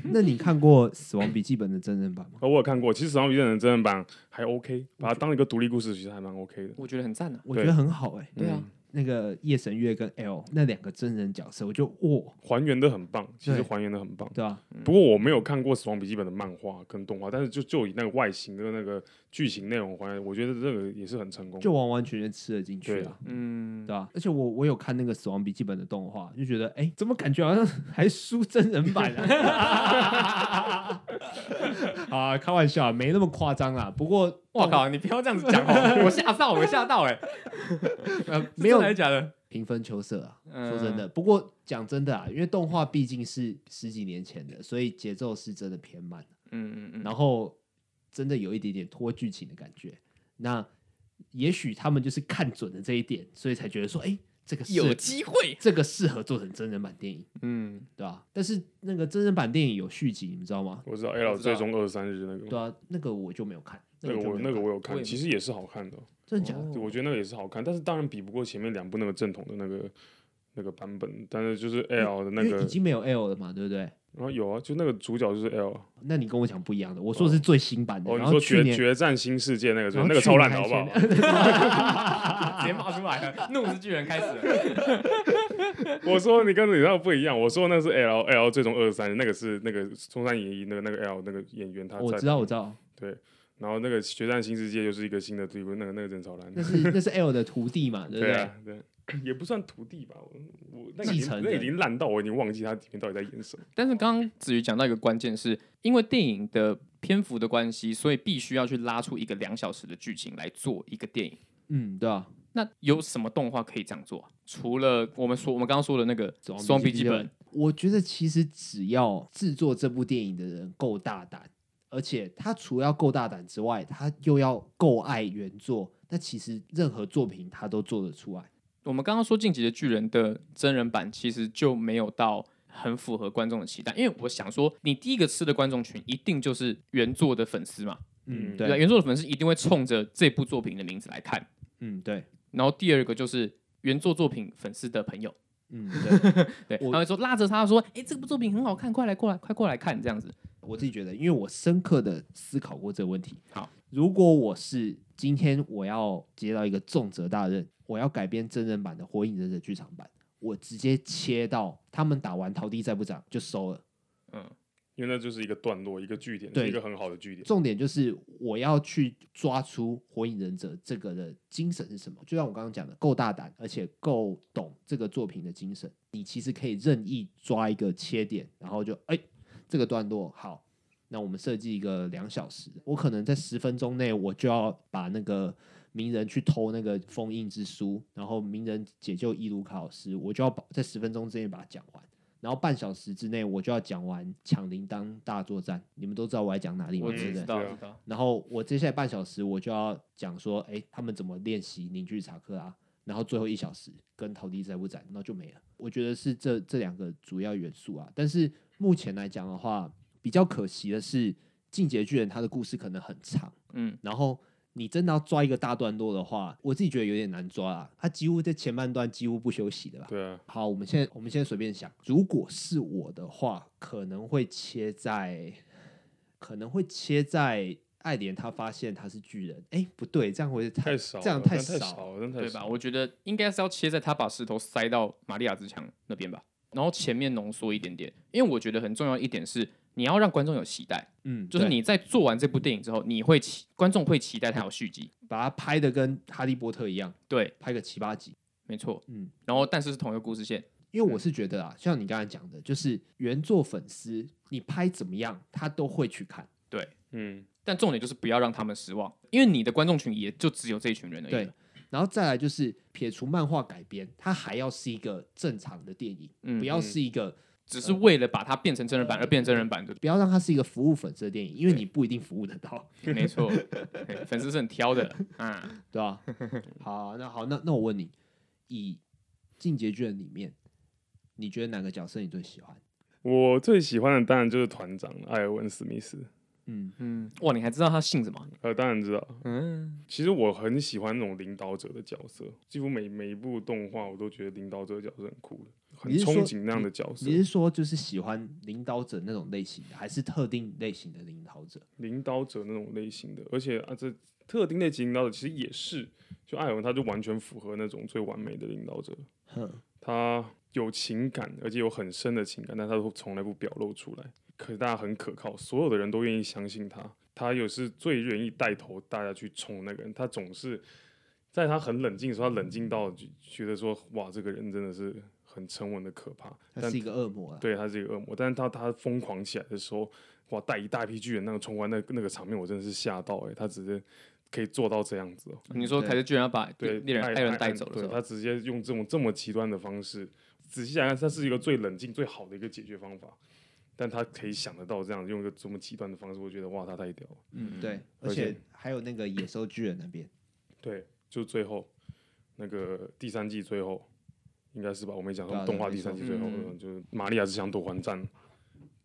[SPEAKER 1] 那你看过《死亡笔记本》的真人版吗？
[SPEAKER 2] 哦，我有看过，其实《死亡笔记本》的真人版还 OK，把它当一个独立故事，其实还蛮 OK 的。
[SPEAKER 3] 我觉得很赞啊。
[SPEAKER 1] 我觉得很好哎、
[SPEAKER 3] 对啊，
[SPEAKER 1] 那个夜神月跟 L 那两个真人角色，我就哇，
[SPEAKER 2] 还原的很棒，其实
[SPEAKER 1] 对嗯
[SPEAKER 2] 还原的很棒。
[SPEAKER 1] 对吧、
[SPEAKER 2] 不过我没有看过《死亡笔记本》的漫画跟动画，但是就就以那个外形跟那个剧情内容还原，我觉得这个也是很成功的。
[SPEAKER 1] 就完完全全吃了进去
[SPEAKER 2] 对
[SPEAKER 1] 了，
[SPEAKER 3] 嗯
[SPEAKER 1] 对，吧、而且我我有看那个《死亡笔记本》的动画，就觉得哎、怎么感觉好像还输真人版啊？ 啊，开玩笑，没那么夸张啦。不过
[SPEAKER 3] 我靠，你不要这样子讲 哦，我吓到，我吓到，哎，
[SPEAKER 1] 呃，
[SPEAKER 3] 是
[SPEAKER 1] 没有
[SPEAKER 3] 真的还是假的？
[SPEAKER 1] 平分秋色啊。
[SPEAKER 3] 嗯
[SPEAKER 1] 说真的，不过讲真的啊，因为动画毕竟是十几年前的，所以节奏是真的偏慢。
[SPEAKER 3] 嗯嗯嗯，
[SPEAKER 1] 然后真的有一点点拖剧情的感觉。那也许他们就是看准了这一点，所以才觉得说，哎、这个
[SPEAKER 3] 有
[SPEAKER 1] 适
[SPEAKER 3] 机会，
[SPEAKER 1] 这个适合做成真人版电影，
[SPEAKER 3] 嗯，
[SPEAKER 1] 对吧、但是那个真人版电影有续集，你们知道吗？
[SPEAKER 2] 我知道 L
[SPEAKER 3] 我知道
[SPEAKER 2] 最终二三日那个，
[SPEAKER 1] 对啊，那个我就没有看，
[SPEAKER 2] 那个
[SPEAKER 1] 就
[SPEAKER 2] 我
[SPEAKER 1] 没有
[SPEAKER 2] 那个
[SPEAKER 1] 看
[SPEAKER 2] 我有
[SPEAKER 3] 我
[SPEAKER 2] 看，
[SPEAKER 3] 也
[SPEAKER 2] 其实也是好看的哦。
[SPEAKER 1] 真的假的？
[SPEAKER 3] 哦
[SPEAKER 2] 对我觉得那个也是好看，但是当然比不过前面两部那个正统的那个那个版本，但是就是 L 的那
[SPEAKER 1] 因为
[SPEAKER 2] 个
[SPEAKER 1] 已，经没有 L 了嘛，对不对？
[SPEAKER 2] 然后有啊，就那个主角就是 L 啊。
[SPEAKER 1] 那你跟我讲不一样的，我说的是最新版的，
[SPEAKER 2] 哦，你
[SPEAKER 1] 然后
[SPEAKER 2] 说
[SPEAKER 1] 去
[SPEAKER 2] 决
[SPEAKER 1] 年
[SPEAKER 2] 决战新世界那个是
[SPEAKER 1] 然后
[SPEAKER 2] 那个超烂的
[SPEAKER 1] 去
[SPEAKER 2] 好
[SPEAKER 1] 年
[SPEAKER 2] 不好
[SPEAKER 1] 还？
[SPEAKER 3] 直接冒出来了，怒是巨人开始了，
[SPEAKER 2] 我说你跟你那个不一样，我说那是 L L 最终二三，那个是那个中山演义那个那个 L 那个演员他
[SPEAKER 1] 我
[SPEAKER 2] 在
[SPEAKER 1] 知，道我知道，
[SPEAKER 2] 然后那个决战新世界又是一个新的队伍，那个那个真超烂
[SPEAKER 1] 那。是那是 L 的徒弟嘛，对不
[SPEAKER 2] 对
[SPEAKER 1] 啊对？
[SPEAKER 2] 啊，对，也不算徒弟吧，我我那个已
[SPEAKER 1] 继承
[SPEAKER 2] 经那
[SPEAKER 1] 人
[SPEAKER 2] 已经烂到我已经忘记他里面到底在演什么。
[SPEAKER 3] 但是刚刚子瑜讲到一个关键是，因为电影的篇幅的关系，所以必须要去拉出一个两小时的剧情来做一个电影。
[SPEAKER 1] 嗯，对啊，
[SPEAKER 3] 那有什么动画可以这样做啊？除了我们说我们刚刚说的那个《
[SPEAKER 1] 双
[SPEAKER 3] 双笔记本》，。
[SPEAKER 1] 我觉得其实只要制作这部电影的人够大胆，而且他除了要够大胆之外，他又要够爱原作，那其实任何作品他都做得出来。
[SPEAKER 3] 我们刚刚说《进击的巨人》的真人版，其实就没有到很符合观众的期待，因为我想说，你第一个吃的观众群一定就是原作的粉丝嘛，
[SPEAKER 1] 嗯，
[SPEAKER 2] 嗯
[SPEAKER 3] 对吧，
[SPEAKER 1] 对，
[SPEAKER 3] 原作的粉丝一定会冲着这部作品的名字来看。
[SPEAKER 1] 嗯，对，
[SPEAKER 3] 然后第二个就是原作作品粉丝的朋友，
[SPEAKER 1] 嗯，对。
[SPEAKER 3] 对，
[SPEAKER 1] 我
[SPEAKER 3] 他会说拉着他说，哎，这部作品很好看，快来过来，快过来看这样子。
[SPEAKER 1] 我自己觉得，因为我深刻的思考过这个问题。
[SPEAKER 3] 好，
[SPEAKER 1] 如果我是今天我要接到一个重责大任，我要改编真人版的《火影忍者》剧场版，我直接切到他们打完陶地再不长就收了。
[SPEAKER 3] 嗯，
[SPEAKER 2] 因为那就是一个段落，一个据点，
[SPEAKER 1] 对
[SPEAKER 2] 是一个很好的据点。
[SPEAKER 1] 重点就是我要去抓出《火影忍者》这个的精神是什么。就像我刚刚讲的，够大胆，而且够懂这个作品的精神。你其实可以任意抓一个切点，然后就哎、这个段落好，那我们设计一个两小时，我可能在十分钟内我就要把那个鸣人去偷那个封印之书，然后鸣人解救伊鲁卡老师，我就要把在十分钟之内把它讲完。然后半小时之内我就要讲完抢铃铛大作战，你们都嗯知道我在讲哪里吗？
[SPEAKER 3] 我
[SPEAKER 1] 对不对
[SPEAKER 3] 知？道
[SPEAKER 2] 对啊
[SPEAKER 3] 知道，
[SPEAKER 1] 然后我接下来半小时我就要讲说，哎，他们怎么练习凝聚查克拉，然后最后一小时跟陶笛在不展，那就没了。我觉得是这这两个主要元素啊。但是目前来讲的话，比较可惜的是，《进阶巨人》他的故事可能很长，
[SPEAKER 3] 嗯，
[SPEAKER 1] 然后你真的要抓一个大段落的话，我自己觉得有点难抓啦。他几乎在前半段几乎不休息的吧。
[SPEAKER 2] 对啊，
[SPEAKER 1] 好，我们现在我们现在随便想，如果是我的话，可能会切在，可能会切在爱莲他发现他是巨人，哎，不对，这样会
[SPEAKER 2] 太少了，
[SPEAKER 1] 这样
[SPEAKER 2] 太
[SPEAKER 1] 少
[SPEAKER 2] 少了，真的太
[SPEAKER 3] 对
[SPEAKER 2] 少
[SPEAKER 3] 吧？
[SPEAKER 2] 了。
[SPEAKER 3] 我觉得应该是要切在他把石头塞到玛利亚之墙那边吧，然后前面浓缩一点点，因为我觉得很重要一点是你要让观众有期待，
[SPEAKER 1] 嗯，
[SPEAKER 3] 就是
[SPEAKER 1] 对
[SPEAKER 3] 你在做完这部电影之后，你会期观众会期待它有续集，
[SPEAKER 1] 把它拍的跟哈利波特一样，
[SPEAKER 3] 对，
[SPEAKER 1] 拍个七八集，
[SPEAKER 3] 没错，
[SPEAKER 1] 嗯，
[SPEAKER 3] 然后但是是同一个故事线，
[SPEAKER 1] 因
[SPEAKER 2] 嗯
[SPEAKER 1] 为我是觉得啊，像你刚才讲的，就是原作粉丝，你拍怎么样，他都会去看。
[SPEAKER 3] 对，
[SPEAKER 2] 嗯，
[SPEAKER 3] 但重点就是不要让他们失望，因为你的观众群也就只有这一群人而已。
[SPEAKER 1] 对，，然后再来就是撇除漫画改编，它还要是一个正常的电影，
[SPEAKER 3] 嗯
[SPEAKER 1] 不要是一个
[SPEAKER 3] 只是为了把它变成真人版而变成真人版，对不
[SPEAKER 1] 不要让它是一个服务粉丝的电影，因为
[SPEAKER 3] 对
[SPEAKER 1] 你不一定服务得到，
[SPEAKER 3] 对？ 没错，对粉丝是很挑的啊。
[SPEAKER 1] 对 吧、好，那好，那那我问你，以《进阶巨人》里面，你觉得哪个角色你最喜欢？
[SPEAKER 2] 我最喜欢的当然就是团长艾尔文史密斯，
[SPEAKER 1] 嗯，
[SPEAKER 3] 嗯，哇，你还知道他姓什么？
[SPEAKER 2] 呃，当然知道。
[SPEAKER 3] 嗯，
[SPEAKER 2] 其实我很喜欢那种领导者的角色，几乎每每一部动画我都觉得领导者的角色很酷的，很
[SPEAKER 1] 你是说
[SPEAKER 2] 憧憬那样的角色
[SPEAKER 1] 你。是说就是喜欢领导者那种类型的，还是特定类型的领导者？
[SPEAKER 2] 领导者那种类型的，而且啊，这特定类型领导者其实也是，就艾尔文他就完全符合那种最完美的领导者，
[SPEAKER 1] 哼，
[SPEAKER 2] 他有情感，而且有很深的情感，但他都从来不表露出来。可是大家很可靠，所有的人都愿意相信他，他也是最愿意带头大家去冲的那个人。他总是在他很冷静的时候，他冷静到就觉得说，哇，这个人真的是很沉稳的可怕。
[SPEAKER 1] 他
[SPEAKER 2] 但
[SPEAKER 1] 是一个恶魔啊。
[SPEAKER 2] 对他是一个恶魔，但是他他疯狂起来的时候，哇，带一大批巨人那个冲关那那个场面，我真的是吓到哎、他直接可以做到这样子哦、
[SPEAKER 3] 你说
[SPEAKER 1] 对
[SPEAKER 3] 凯特居然要把
[SPEAKER 2] 对，
[SPEAKER 3] 猎人艾伦带走了，是
[SPEAKER 2] 对
[SPEAKER 3] 吧
[SPEAKER 2] 他？直接用这种这么极端的方式，仔细想想，他是一个最冷静、最好的一个解决方法。但他可以想得到这样用一个这么极端的方式，我觉得哇，他太屌了。
[SPEAKER 1] 嗯，对，而
[SPEAKER 2] 而且
[SPEAKER 1] 且还有那个野兽巨人那边，
[SPEAKER 2] 对，就最后那个第三季最后应该是吧，我没讲
[SPEAKER 1] 对啊
[SPEAKER 2] 错，动画
[SPEAKER 1] 对
[SPEAKER 2] 第三
[SPEAKER 1] 没
[SPEAKER 2] 季
[SPEAKER 3] 错
[SPEAKER 2] 最后、
[SPEAKER 3] 嗯
[SPEAKER 2] 就是玛利亚是想夺还战，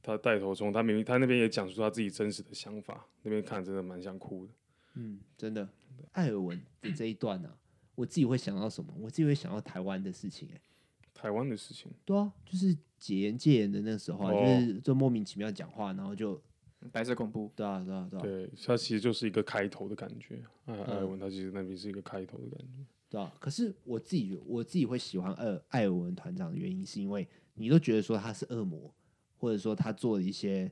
[SPEAKER 2] 他带头冲，他明明他那边也讲出他自己真实的想法，那边看真的蛮想哭的。
[SPEAKER 1] 嗯，真的，艾尔文的这一段呢、啊，我自己会想到什么？我自己会想到台湾的事情、欸，
[SPEAKER 2] 台湾的事情，
[SPEAKER 1] 对啊，就是解严戒严的那时候、啊，
[SPEAKER 2] 哦
[SPEAKER 1] 就是就莫名其妙讲话，然后就
[SPEAKER 3] 白色恐怖，
[SPEAKER 1] 对啊，对啊，对啊，
[SPEAKER 2] 对，他其实就是一个开头的感觉。艾艾尔
[SPEAKER 1] 嗯
[SPEAKER 2] 文他其实那边是一个开头的感觉。
[SPEAKER 1] 对啊。可是我自己我自己会喜欢艾艾尔文团长的原因，是因为你都觉得说他是恶魔，或者说他做了一些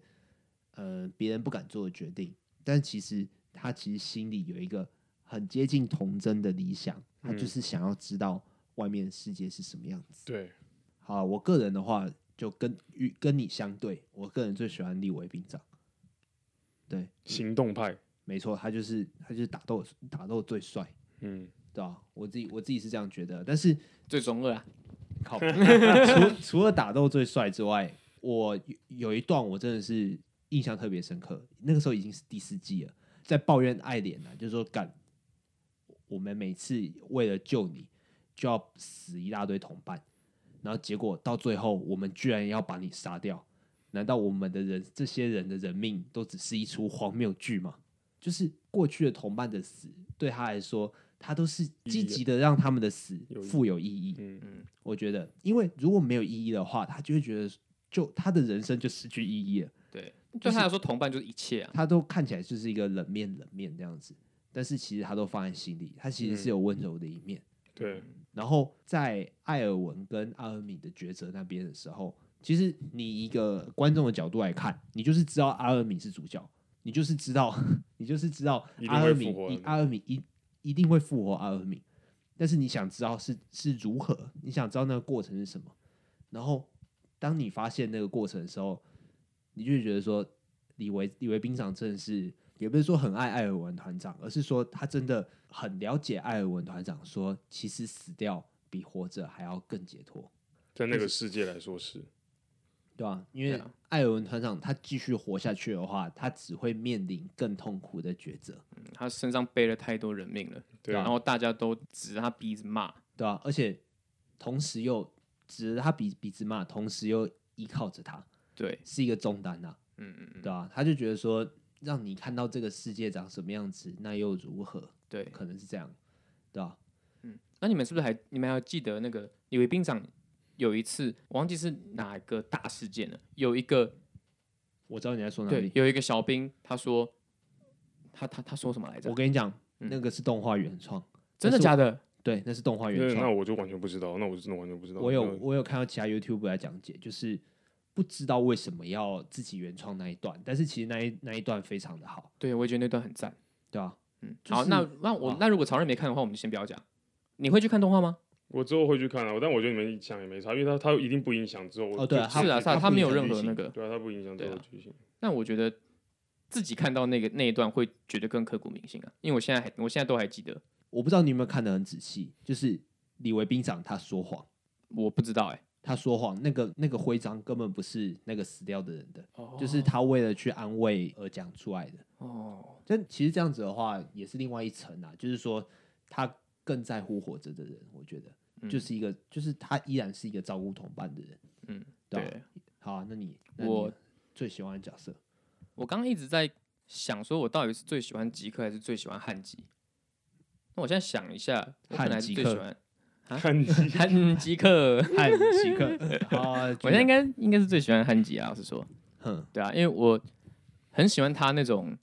[SPEAKER 1] 呃别人不敢做的决定，但其实他其实心里有一个很接近童真的理想，他就是想要知道外面的世界是什么样子。
[SPEAKER 2] 对，
[SPEAKER 1] 好，我个人的话就跟与跟你相对，我个人最喜欢立维兵长。对，
[SPEAKER 2] 行动派，
[SPEAKER 1] 没错，他就是他就是打斗打斗最帅，
[SPEAKER 2] 嗯，
[SPEAKER 1] 对吧、啊我自己我自己是这样觉得，但是
[SPEAKER 3] 最中二啊！
[SPEAKER 1] 靠，除除了打斗最帅之外，我有有一段我真的是印象特别深刻，那个时候已经是第四季了，在抱怨爱莲啊，就是说干，我们每次为了救你就要死一大堆同伴，然后结果到最后我们居然要把你杀掉，难道我们的人这些人的人命都只是一出荒谬剧吗？ 就是过去的同伴的死，对他来说，他都是积极的让他们的死
[SPEAKER 2] 有意义
[SPEAKER 1] 富有意义。
[SPEAKER 2] 嗯
[SPEAKER 3] 嗯，
[SPEAKER 1] 我觉得，因为如果没有意义的话，他就会觉得，就他的人生就失去意义了。
[SPEAKER 3] 对，对他来说同伴就是一切啊。
[SPEAKER 1] 他都看起来就是一个冷面冷面这样子，但是其实他都放在心里，他其实是有温柔的一面。
[SPEAKER 2] 对，
[SPEAKER 1] 然后在艾尔文跟阿尔米的抉择那边的时候，其实你一个观众的角度来看，你就是知道阿尔敏是主角，你就是知道， 你就是知道
[SPEAKER 2] 一定会
[SPEAKER 1] 阿尔
[SPEAKER 2] 复
[SPEAKER 1] 敏
[SPEAKER 2] 活，
[SPEAKER 1] 一阿尔敏一一定会复活阿尔敏，但是你想知道是是如何，你想知道那个过程是什么，然后当你发现那个过程的时候，你就会觉得说，李维李维兵长真的是也不是说很爱艾尔文团长，而是说他真的很了解艾尔文团长，说其实死掉比活着还要更解脱。
[SPEAKER 2] 在那个世界来说是，
[SPEAKER 1] 对啊，因为
[SPEAKER 3] 对啊
[SPEAKER 1] 艾尔文团长他继续活下去的话，他只会面临更痛苦的抉择，
[SPEAKER 3] 他身上背了太多人命了，
[SPEAKER 2] 对
[SPEAKER 3] 然
[SPEAKER 2] 啊，
[SPEAKER 3] 后大家都指着他鼻子骂，
[SPEAKER 1] 对啊，而且同时又指着他鼻鼻子骂，同时又依靠着他，
[SPEAKER 3] 对，
[SPEAKER 1] 是一个重担啊，
[SPEAKER 3] 嗯嗯嗯，
[SPEAKER 1] 对啊，他就觉得说，让你看到这个世界长什么样子，那又如何？
[SPEAKER 3] 对。
[SPEAKER 1] 可能是这样，对啊，
[SPEAKER 3] 那你们是不是还你们还记得那个李维兵长有一次，我忘记是哪一个大事件了，有一个
[SPEAKER 1] 我知道你在说哪
[SPEAKER 3] 对
[SPEAKER 1] 里，，
[SPEAKER 3] 有一个小兵他说他他他说什么来着
[SPEAKER 1] 我？跟你讲，
[SPEAKER 3] 嗯
[SPEAKER 1] 那个是动画原创，但
[SPEAKER 3] 真的
[SPEAKER 1] 是
[SPEAKER 3] 假的？
[SPEAKER 1] 对，那是动画原
[SPEAKER 2] 那
[SPEAKER 1] 创
[SPEAKER 2] 那。我就完全不知道，那我就真的完全不知道。
[SPEAKER 1] 我有
[SPEAKER 2] 那
[SPEAKER 1] 我有看到其他 YouTube 来讲解，就是不知道为什么要自己原创那一段，但是其实那一那一段非常的好，
[SPEAKER 3] 对，我也觉得那段很赞。
[SPEAKER 1] 对吧、
[SPEAKER 3] 嗯，
[SPEAKER 1] 就是
[SPEAKER 3] 好，那那我
[SPEAKER 1] 哇
[SPEAKER 3] 那如果曹睿没看的话，我们就先不要讲。你会去看动画吗？
[SPEAKER 2] 我之后会去看啊，但我觉得你们讲也没差，因为它它一定不影响之后。
[SPEAKER 1] 哦对啊
[SPEAKER 2] 就
[SPEAKER 1] 它
[SPEAKER 3] 是啊，
[SPEAKER 1] 不
[SPEAKER 3] 是啊，
[SPEAKER 1] 它
[SPEAKER 3] 他
[SPEAKER 1] 不
[SPEAKER 3] 没
[SPEAKER 1] 影
[SPEAKER 3] 有
[SPEAKER 1] 响
[SPEAKER 3] 任
[SPEAKER 2] 剧
[SPEAKER 3] 何
[SPEAKER 2] 情
[SPEAKER 3] 那个。
[SPEAKER 2] 对啊，它不影响之后
[SPEAKER 3] 对
[SPEAKER 2] 的
[SPEAKER 3] 啊
[SPEAKER 2] 剧情。
[SPEAKER 3] 那我觉得自己看到那个那一段会觉得更刻骨铭心啊，因为我现在还我现在都还记得。
[SPEAKER 1] 我不知道你有没有看得很仔细，就是李维兵长他说谎，
[SPEAKER 3] 我不知道哎、
[SPEAKER 1] 他说谎，那个那个徽章根本不是那个死掉的人的，
[SPEAKER 3] 哦
[SPEAKER 1] 就是他为了去安慰而讲出来的。
[SPEAKER 3] 哦，
[SPEAKER 1] 但其实这样子的话，也是另外一层啊，就是说他更在乎活着的人，我觉得、
[SPEAKER 3] 嗯
[SPEAKER 1] 就是一个，就是他依然是一个照顾同伴的人。
[SPEAKER 3] 嗯，
[SPEAKER 1] 对啊
[SPEAKER 3] 对
[SPEAKER 1] 好啊、那你那你
[SPEAKER 3] 我
[SPEAKER 1] 最喜欢的角色，
[SPEAKER 3] 我刚刚一直在想，说我到底是最喜欢极客还是最喜欢汉吉？那我现在想一下，我可能还是最喜欢 啊
[SPEAKER 2] 看你
[SPEAKER 3] 汉吉克。
[SPEAKER 1] 汉吉 克，啊，
[SPEAKER 3] 我现在应该应该是最喜欢汉吉啊，老实说，
[SPEAKER 1] 哼，
[SPEAKER 3] 对啊，因为我很喜欢他那种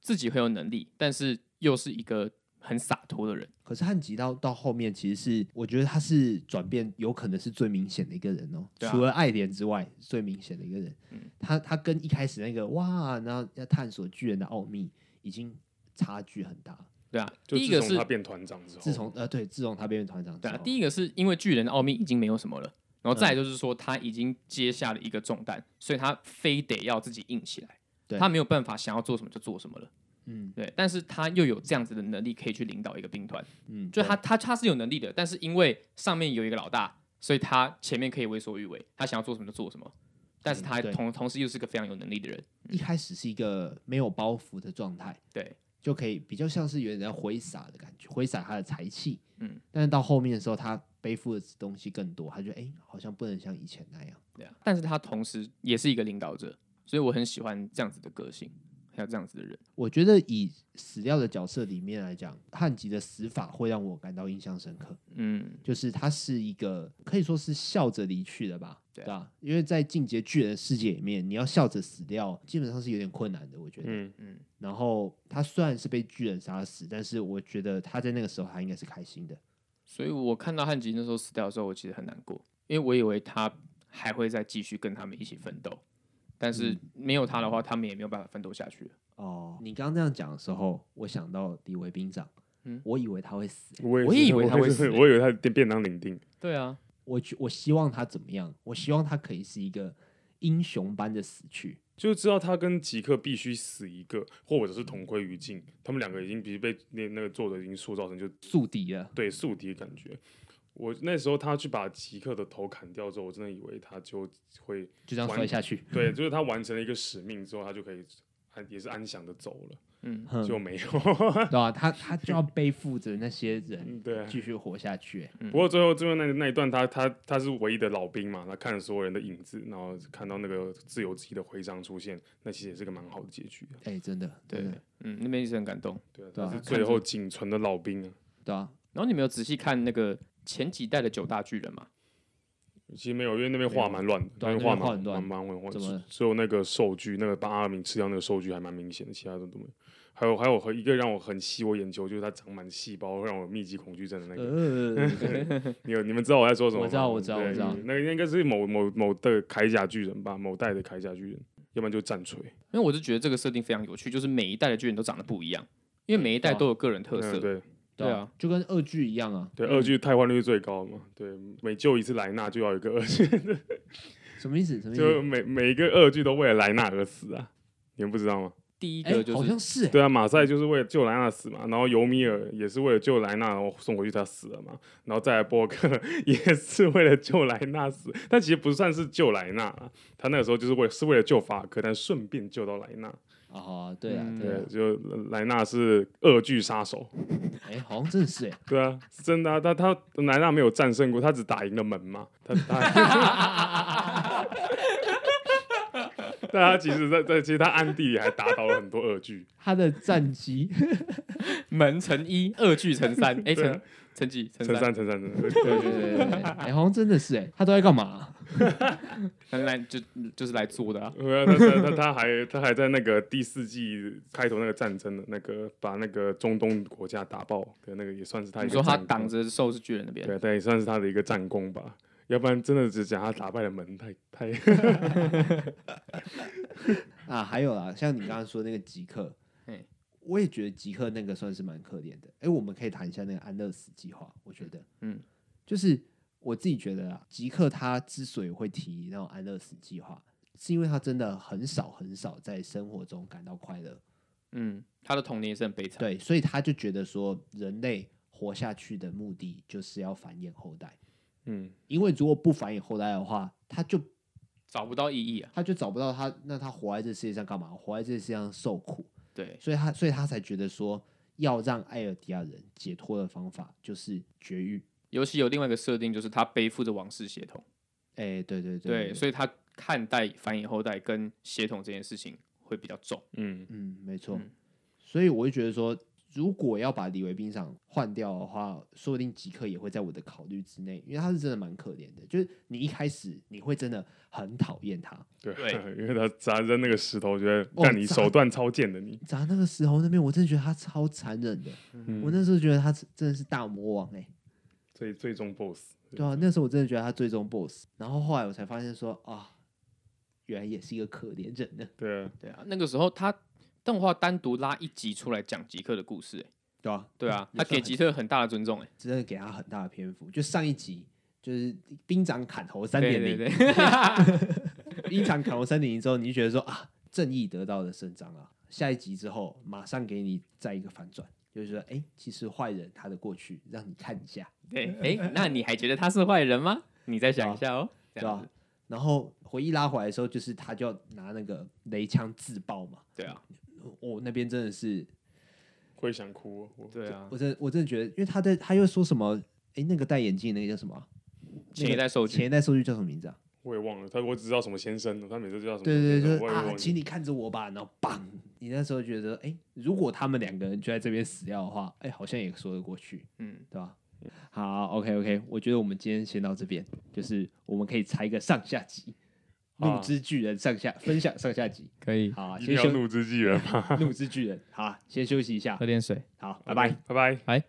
[SPEAKER 3] 自己很有能力，但是又是一个很洒脱的人。
[SPEAKER 1] 可是汉吉到到后面，其实是我觉得他是转变，有可能是最明显的一个人哦、
[SPEAKER 3] 对啊嗯
[SPEAKER 1] 除了爱莲之外，最明显的一个人。他他跟一开始那个哇，然后要探索巨人的奥秘，已经差距很大。
[SPEAKER 3] 对啊，
[SPEAKER 2] 就
[SPEAKER 3] 第一个
[SPEAKER 2] 自从
[SPEAKER 3] 是
[SPEAKER 2] 他变团长之后，
[SPEAKER 1] 自从呃，对，自从他变成团长之
[SPEAKER 3] 对
[SPEAKER 1] 后，
[SPEAKER 3] 啊，第一个是因为巨人的奥秘已经没有什么了，然后再来就是说他已经接下了一个重担，所以他非得要自己硬起来，
[SPEAKER 1] 对
[SPEAKER 3] 他没有办法想要做什么就做什么了。
[SPEAKER 1] 嗯
[SPEAKER 3] 对，但是他又有这样子的能力可以去领导一个兵团，
[SPEAKER 1] 嗯，
[SPEAKER 3] 就
[SPEAKER 1] 对
[SPEAKER 3] 他他他是有能力的，但是因为上面有一个老大，所以他前面可以为所欲为，他想要做什么就做什么，但是他
[SPEAKER 1] 嗯对
[SPEAKER 3] 同、同时又是个非常有能力的人，
[SPEAKER 1] 一开始是一个没有包袱的状态，
[SPEAKER 3] 对，啊
[SPEAKER 1] 就可以比较像是有点在挥洒的感觉，挥洒他的才气。
[SPEAKER 3] 嗯，
[SPEAKER 1] 但是到后面的时候，他背负的东西更多，他觉得哎、诶好像不能像以前那样。
[SPEAKER 3] 对啊，但是他同时也是一个领导者，所以我很喜欢这样子的个性，还有这样子的人，
[SPEAKER 1] 我觉得以死掉的角色里面来讲，汉吉的死法会让我感到印象深刻，
[SPEAKER 3] 嗯，
[SPEAKER 1] 就是他是一个可以说是笑着离去的吧，
[SPEAKER 3] 对啊
[SPEAKER 1] 吧？因为在进阶巨人的世界里面，你要笑着死掉，基本上是有点困难的，我觉得。
[SPEAKER 2] 嗯，
[SPEAKER 1] 然后他虽然是被巨人杀死，但是我觉得他在那个时候他应该是开心的。
[SPEAKER 3] 所以我看到汉吉那时候死掉的时候，我其实很难过，因为我以为他还会再继续跟他们一起奋斗，但
[SPEAKER 1] 嗯
[SPEAKER 3] 是没有他的话，他们也没有办法奋斗下去了。
[SPEAKER 1] 哦，你刚刚这样讲的时候，我想到李维兵长，
[SPEAKER 3] 嗯
[SPEAKER 1] 我以为他会死，欸
[SPEAKER 2] 我也
[SPEAKER 3] 我
[SPEAKER 2] 是
[SPEAKER 3] 也以为他会
[SPEAKER 2] 我也
[SPEAKER 3] 死欸
[SPEAKER 2] 是我以为他变便当领定，
[SPEAKER 3] 对啊，
[SPEAKER 1] 我觉我希望他怎么样？我希望他可以是一个英雄般的死去。
[SPEAKER 2] 就知道他跟吉克必须死一个，或者是同归于尽。他们两个已经必须被那那个作者已经塑造成就
[SPEAKER 1] 宿敌了，
[SPEAKER 2] 对宿敌的感觉。我那时候他去把吉克的头砍掉之后，我真的以为他就会
[SPEAKER 1] 就这样
[SPEAKER 2] 完
[SPEAKER 1] 摔下去。
[SPEAKER 2] 对，就是他完成了一个使命之后，他就可以安也是安详的走了，
[SPEAKER 3] 嗯，
[SPEAKER 1] 哼
[SPEAKER 2] 就没有。
[SPEAKER 1] 对吧、他他就要背负着那些人
[SPEAKER 2] 嗯对嗯啊
[SPEAKER 1] 继续活下去、欸
[SPEAKER 2] 不过最后最后那那一段他，他他是唯一的老兵嘛，他看着所有人的影子，然后看到那个自由之翼的徽章出现，那其实也是个蛮好的结局啊。
[SPEAKER 1] 哎、真的，
[SPEAKER 3] 对
[SPEAKER 1] 真的，
[SPEAKER 3] 嗯，那边一直很感动。
[SPEAKER 2] 对啊，
[SPEAKER 1] 对啊
[SPEAKER 2] 他是
[SPEAKER 1] 看
[SPEAKER 2] 最
[SPEAKER 1] 着
[SPEAKER 2] 后仅存的老兵啊。
[SPEAKER 1] 对啊，
[SPEAKER 3] 然后你们有仔细看那个前几代的九大巨人吗？
[SPEAKER 2] 其实没有，因为那边画蛮乱的，
[SPEAKER 1] 对啊
[SPEAKER 2] 边画
[SPEAKER 1] 那边画
[SPEAKER 2] 蛮
[SPEAKER 1] 很乱
[SPEAKER 2] 蛮蛮蛮乱
[SPEAKER 1] 怎么
[SPEAKER 2] 的，只有那个兽居，那个把阿明吃掉那个兽居还蛮明显的，其他的都没有。还有还有和一个让我很吸我眼球，就是它长满细胞，让我密集恐惧症的那个。
[SPEAKER 1] 呃，
[SPEAKER 2] 你有你们知道我在说什么吗？
[SPEAKER 1] 我知道我知道
[SPEAKER 2] 对嗯
[SPEAKER 1] 我知道
[SPEAKER 2] 那个应该是某某某的铠甲巨人吧，某代的铠甲巨人，要不然就战锤。
[SPEAKER 3] 因为我是觉得这个设定非常有趣，就是每一代的巨人都长得不一样，因为每一
[SPEAKER 1] 啊
[SPEAKER 3] 代都有个人特色。
[SPEAKER 2] 嗯，对
[SPEAKER 1] 对
[SPEAKER 3] 对
[SPEAKER 1] 啊
[SPEAKER 3] 啊，
[SPEAKER 1] 就跟恶剧一样啊，
[SPEAKER 2] 对，二句汰换率最高嘛，对，每救一次莱纳就要有一个二句，
[SPEAKER 1] 什么意思？什么意
[SPEAKER 2] 就
[SPEAKER 1] 思？
[SPEAKER 2] 每每一个二句都为了莱纳而死啊，你们不知道吗？
[SPEAKER 3] 第一
[SPEAKER 1] 哎
[SPEAKER 3] 个，就
[SPEAKER 1] 好
[SPEAKER 3] 是
[SPEAKER 1] 像是哎，
[SPEAKER 2] 对啊，马赛就是为了救莱纳死嘛，然后尤米尔也是为了救莱纳，然后送回去他死了嘛，然后再来波克也是为了救莱纳死，但其实不算是救莱纳啊，他那个时候就是为是为了救法克，但顺便救到莱纳，
[SPEAKER 1] 啊，对啊，
[SPEAKER 3] 嗯
[SPEAKER 1] 对
[SPEAKER 2] 对
[SPEAKER 1] 啊，，
[SPEAKER 2] 就莱纳是恶剧杀手，
[SPEAKER 1] 哎，好像真的是哎，
[SPEAKER 2] 对啊，是真的啊，但他莱纳没有战胜过，他只打赢了门嘛，他他。 但他其实在，在其实他暗地里还打倒了很多恶 剧，
[SPEAKER 1] 他的战绩
[SPEAKER 3] 门乘一，二巨乘三，哎、
[SPEAKER 2] 对啊
[SPEAKER 3] 乘乘几？
[SPEAKER 2] 陈
[SPEAKER 3] 乘
[SPEAKER 2] 三
[SPEAKER 3] 三。
[SPEAKER 2] 陈三陈三，
[SPEAKER 1] 对对对对，对，哎，好像真的是哎，他都在干嘛？
[SPEAKER 3] 很来就就是来做的啊。
[SPEAKER 2] 对啊，他他他他还他还在那个第四季开头那个战争的那个把那个中东国家打爆的那个也算是他一
[SPEAKER 3] 你
[SPEAKER 2] 个
[SPEAKER 3] 说他
[SPEAKER 2] 战功
[SPEAKER 3] 挡着兽是巨人那边，
[SPEAKER 2] 对，但也算是他的一个战功吧。要不然真的只讲他打败了门太太
[SPEAKER 1] 啊，还有啦，像你刚刚说那个极客
[SPEAKER 3] 嘿，
[SPEAKER 1] 我也觉得极客那个算是蛮可怜的。哎，我们可以谈一下那个安乐死计划，我觉得，
[SPEAKER 3] 嗯，
[SPEAKER 1] 就是我自己觉得啊，极客他之所以会提那种安乐死计划，是因为他真的很少很少在生活中感到快乐，
[SPEAKER 3] 嗯，他的童年也是很悲惨。
[SPEAKER 1] 对，所以他就觉得说，人类活下去的目的就是要繁衍后代，
[SPEAKER 2] 嗯，
[SPEAKER 1] 因为如果不繁衍后代的话，他就
[SPEAKER 3] 找不到意义啊。
[SPEAKER 1] 他就找不到他，那他活在这世界上干嘛？活在这世界上受苦，
[SPEAKER 3] 对，
[SPEAKER 1] 所以他所以他才觉得说，要让艾尔迪亚人解脱的方法就是绝育。
[SPEAKER 3] 尤其有另外一个设定，就是他背负着王室血统，
[SPEAKER 1] 哎、对对对
[SPEAKER 3] 对，所以他看待繁衍后代跟血统这件事情会比较重。
[SPEAKER 2] 嗯，
[SPEAKER 1] 嗯，没错。
[SPEAKER 3] 嗯
[SPEAKER 1] 所以我就觉得说，如果要把李维兵长换掉的话，说不定极客也会在我的考虑之内，因为他是真的蛮可怜的。就是你一开始你会真的很讨厌他，
[SPEAKER 2] 对，
[SPEAKER 3] 对
[SPEAKER 2] 因为他砸扔那个石头，觉得
[SPEAKER 1] 哦
[SPEAKER 2] 但你
[SPEAKER 1] 砸
[SPEAKER 2] 手段超贱的你，
[SPEAKER 1] 砸那个石头那边，我真的觉得他超残忍的。
[SPEAKER 3] 嗯
[SPEAKER 1] 我那时候觉得他是真的是大魔王哎、
[SPEAKER 2] 最最终 BOSS。
[SPEAKER 1] 对啊，那时候我真的觉得他最终 BOSS，然后后来我才发现说啊，原来也是一个可怜人呢。
[SPEAKER 2] 对啊，
[SPEAKER 3] 对啊，那个时候他动画单独拉一集出来讲吉克的故事、欸，
[SPEAKER 1] 对啊，
[SPEAKER 3] 对啊，
[SPEAKER 1] 也
[SPEAKER 3] 他
[SPEAKER 1] 算
[SPEAKER 3] 给
[SPEAKER 1] 很
[SPEAKER 3] 吉克很大的尊重、欸，哎，
[SPEAKER 1] 真的给他很大的篇幅。就上一集就是兵长砍头三点
[SPEAKER 3] 对
[SPEAKER 1] 零，
[SPEAKER 3] 对 对，
[SPEAKER 1] 兵长砍头三点零之后，你就觉得说啊，正义得到了伸张啊。下一集之后，马上给你再一个反转，就是说，哎，其实坏人他的过去让你看一下，
[SPEAKER 3] 对，哎、那你还觉得他是坏人吗？你再想一下哦、这
[SPEAKER 1] 对
[SPEAKER 3] 样
[SPEAKER 1] 吧
[SPEAKER 3] 子，？
[SPEAKER 1] 然后回忆拉回来的时候，就是他就要拿那个雷枪自爆嘛。
[SPEAKER 3] 对啊，
[SPEAKER 1] 我、那边真的是
[SPEAKER 2] 会想哭哦。我
[SPEAKER 3] 对啊
[SPEAKER 1] 我，真我真的觉得，因为他在他又说什么？哎，那个戴眼镜那个叫什么啊？
[SPEAKER 3] 前一代兽巨
[SPEAKER 1] 前一代兽剧叫什么名字啊？
[SPEAKER 2] 我也忘了他，我只知道什么先生，他每次叫什么
[SPEAKER 1] 对
[SPEAKER 2] 先
[SPEAKER 1] 对对，
[SPEAKER 2] 生，我
[SPEAKER 1] 就
[SPEAKER 2] 也
[SPEAKER 1] 是啊
[SPEAKER 2] 忘，
[SPEAKER 1] 请
[SPEAKER 2] 了。
[SPEAKER 1] 你看着我吧，然后砰！你那时候觉得，哎，如果他们两个人就在这边死掉的话，哎，好像也说得过去，
[SPEAKER 3] 嗯，
[SPEAKER 1] 对吧？好，OK OK，我觉得我们今天先到这边，就是我们可以拆个上下集，《
[SPEAKER 2] 啊
[SPEAKER 1] 怒之巨人》上下分享上下集。
[SPEAKER 3] 可以，
[SPEAKER 1] 好啊，
[SPEAKER 2] 一定
[SPEAKER 1] 先
[SPEAKER 2] 要
[SPEAKER 1] 休
[SPEAKER 2] 怒之巨人嘛，
[SPEAKER 1] 怒之巨人》，好啊，先休息一下，
[SPEAKER 3] 点水。
[SPEAKER 1] 好，拜拜。
[SPEAKER 2] 拜拜。